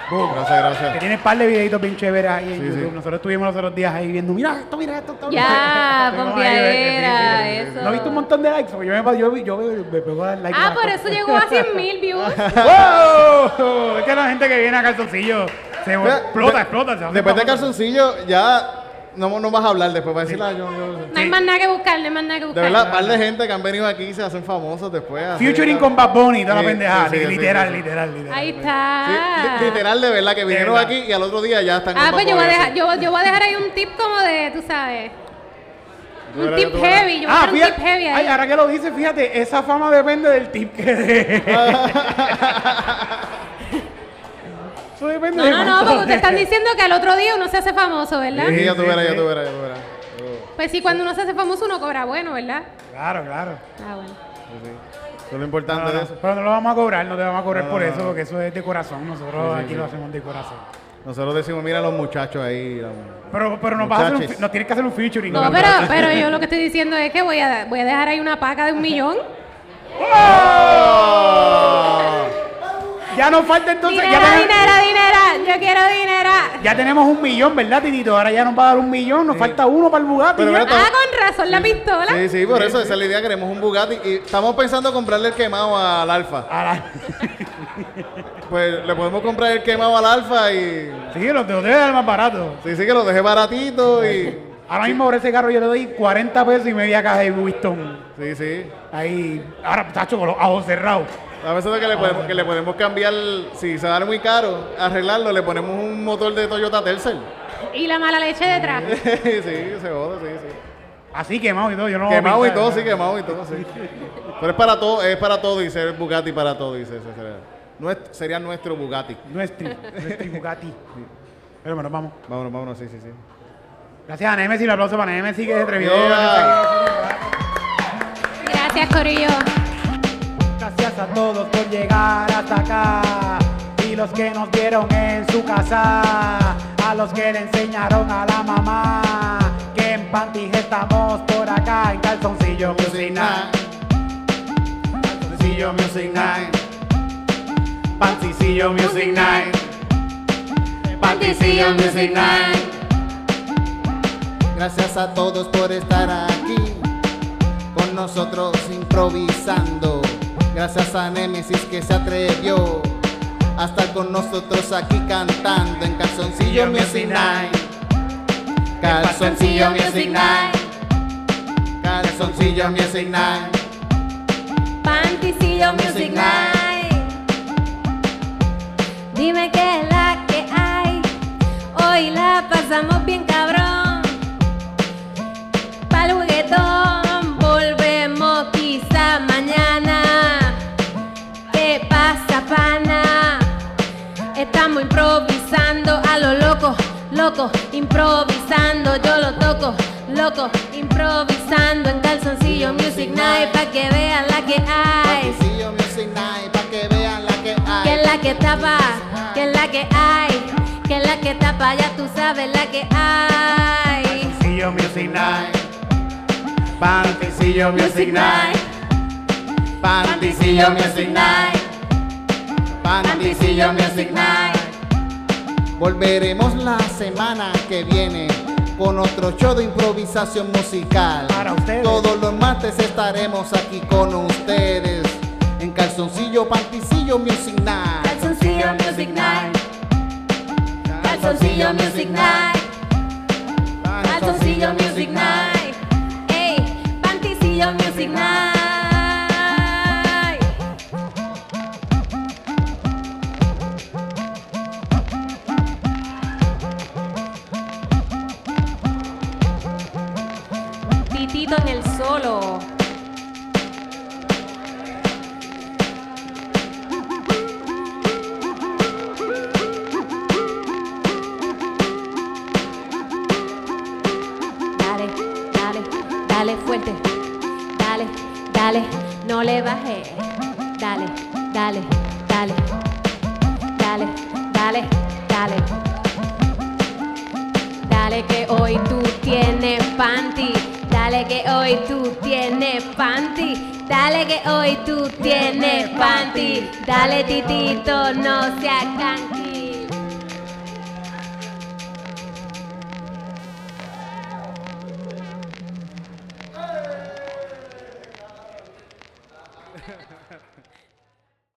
B: Boom.
A: Gracias,
B: Que
A: gracias.
B: tiene un par de videitos bien chéveres ahí en
A: Sí,
B: YouTube.
A: sí.
B: Nosotros estuvimos los otros días ahí viendo, mira esto, mira esto. esto".
C: Ya,
B: Estuvimos ahí,
C: confiadera,
B: eh, sí, sí, sí.
C: eso.
B: No he visto un montón de likes, porque yo me, yo, yo me, me pego a dar like. a
C: Ah,
B: las
C: por
B: cosas.
C: eso llegó a 100 mil
D: *laughs*
C: views.
B: *laughs* ¡Wow! Es que la gente que viene a calzoncillo se
A: Mira,
B: explota,
A: de-
B: explota. se hace
A: Después de
B: famoso.
A: calzoncillo, ya no, no vas a hablar después, para decirla yo. yo-
C: No hay más nada que buscar, no hay más nada
A: De
C: que buscar.
A: verdad, un par de gente que han venido aquí y se hacen famosos después. así,
B: Featuring
A: ya.
B: con Bad Bunny y toda
A: Sí,
B: la pendejada.
A: sí, sí, sí,
B: literal,
A: sí, sí.
B: literal, literal.
C: Ahí
A: Sí,
C: está.
A: li- literal, de verdad, que vinieron
B: verdad.
A: aquí y al otro día ya están
C: Ah,
A: con
C: pues yo voy, a
A: paparazzi.
C: dejar, yo, yo voy a dejar ahí un tip como de, tú sabes.
A: Tú
C: Un
A: verás,
C: tip
A: tú verás.
C: heavy, yo voy a hacer un tip heavy
B: Ah, ay,
C: ahí.
B: ahora que lo dices, fíjate, esa fama depende del tip que de. *laughs*
A: *laughs*
B: Eso depende
C: No,
B: de
C: no, no,
B: cuánto
C: porque ustedes están
B: de-
C: diciendo que al otro día uno se hace famoso, ¿verdad?
A: Sí, ya tú
B: Sí,
A: verás, ya
B: sí.
A: tú verás, ya tú verás.
C: Pues sí, cuando uno se hace famoso uno cobra bueno, ¿verdad?
B: *laughs* Claro, claro.
C: Ah, bueno.
A: Sí, sí. Eso es lo
B: No,
A: importante
B: no,
A: de
B: no,
A: eso.
B: pero no lo vamos a cobrar, no te vamos a cobrar
A: No,
B: por
A: no,
B: eso,
A: no.
B: porque eso es de corazón. Nosotros
A: Sí, sí,
B: aquí
A: sí.
B: lo hacemos de corazón.
A: Nosotros decimos, mira a los muchachos ahí. la-
B: Pero, pero nos, vas a hacer un,
A: Muchachos.
B: fe- nos tienes que hacer un featuring.
C: No, pero, pero yo lo que estoy diciendo es que voy a, voy a dejar ahí una paca de un millón.
B: Ya nos falta entonces. Ya,
C: Dinera,
B: tenemos-
C: dinera, dinera, yo quiero dinera.
B: ya tenemos un millón, ¿verdad, Titito? Ahora ya nos va a dar un millón, nos falta uno para el Bugatti.
A: Pero
B: ya.
A: mira,
C: Ah, con razón la pistola.
A: Sí, sí, por eso, esa es la idea, queremos un Bugatti. Y estamos pensando comprarle el quemado al Alfa.
B: Ahora-
A: Pues le podemos comprar el quemado al Alfa y...
B: *laughs* sí, lo te lo debe dar más barato.
A: Sí, sí, que lo dejé baratito y...
B: Ahora mismo por ese carro yo le doy 40 pesos y media caja de Winston.
A: Sí, sí.
B: Ahí, ahora está con los ojos cerrados.
A: A veces
B: Ah,
A: que le podemos, que le podemos cambiar, si se da muy caro, arreglarlo, le ponemos un motor de Toyota Tercel. *laughs*
C: Y la mala leche detrás.
A: sí, se joda, sí, sí.
B: Así quemado y todo, yo no. voy a
A: Quemado y
B: pintar,
A: todo,
B: ¿no?
A: sí, quemado y todo, sí. Pero es para todo, es para todo, dice el Bugatti para todo, dice. ese Sería, Nuest- sería nuestro Bugatti.
B: Nuestro, nuestro Bugatti. Pero bueno, vamos.
A: Vámonos, vámonos, sí, sí, sí.
B: Gracias a Nemesis, un aplauso para Nemesis que se atrevió.
A: Yeah.
C: Gracias, Corillo.
B: Gracias a todos por llegar hasta acá. Y los que nos vieron en su casa. A los que le enseñaron a la mamá. Que en Pantis estamos por acá. En calzoncillo
A: Music
B: cocina.
A: Night. Panticillo Music Night. Panticillo Music Night.
C: Panticillo Music Night.
A: Gracias a todos por estar aquí con nosotros improvisando. Gracias a Nemesis que se atrevió a estar con nosotros aquí cantando en Calzoncillo Music Night. Calzoncillo Music Night. Calzoncillo Music Night.
E: Panticillo Music Night. Dime qué es la que hay. Hoy la pasamos bien cabrón. Pa'l juguetón. Volvemos quizá mañana. ¿Qué pasa, pana? Estamos improvisando a lo loco, loco, improvisando. Yo lo toco, loco, improvisando en calzoncillo Music Night. Pa' que vean la que hay.
A: Calzoncillo Music Night. Para que vean la que hay.
E: Que es la que tapa, que es la que hay, que es la que tapa, ya tú sabes la que hay.
B: Calzoncillo Music Night. Panticillo
E: Music Night,
A: Panticillo Music Night.
E: Panticillo Music Night,
D: Volveremos la semana que viene con otro show de improvisación musical.
B: Para ustedes.
D: Todos los martes estaremos aquí con ustedes en calzoncillo, panticillo, music night.
C: Calzoncillo Music Night. Calzoncillo Music Night. Calzoncillo Music Night. Ey, Panticillo Music Night. Titito en el solo. Dale, dale, dale fuerte. Dale, dale, no le baje. Dale, dale, dale. Dale, dale, dale. Dale que hoy tú tienes panty. Dale que hoy tú tienes panty. Dale que hoy tú tienes panty. Dale titito, no seas canqui.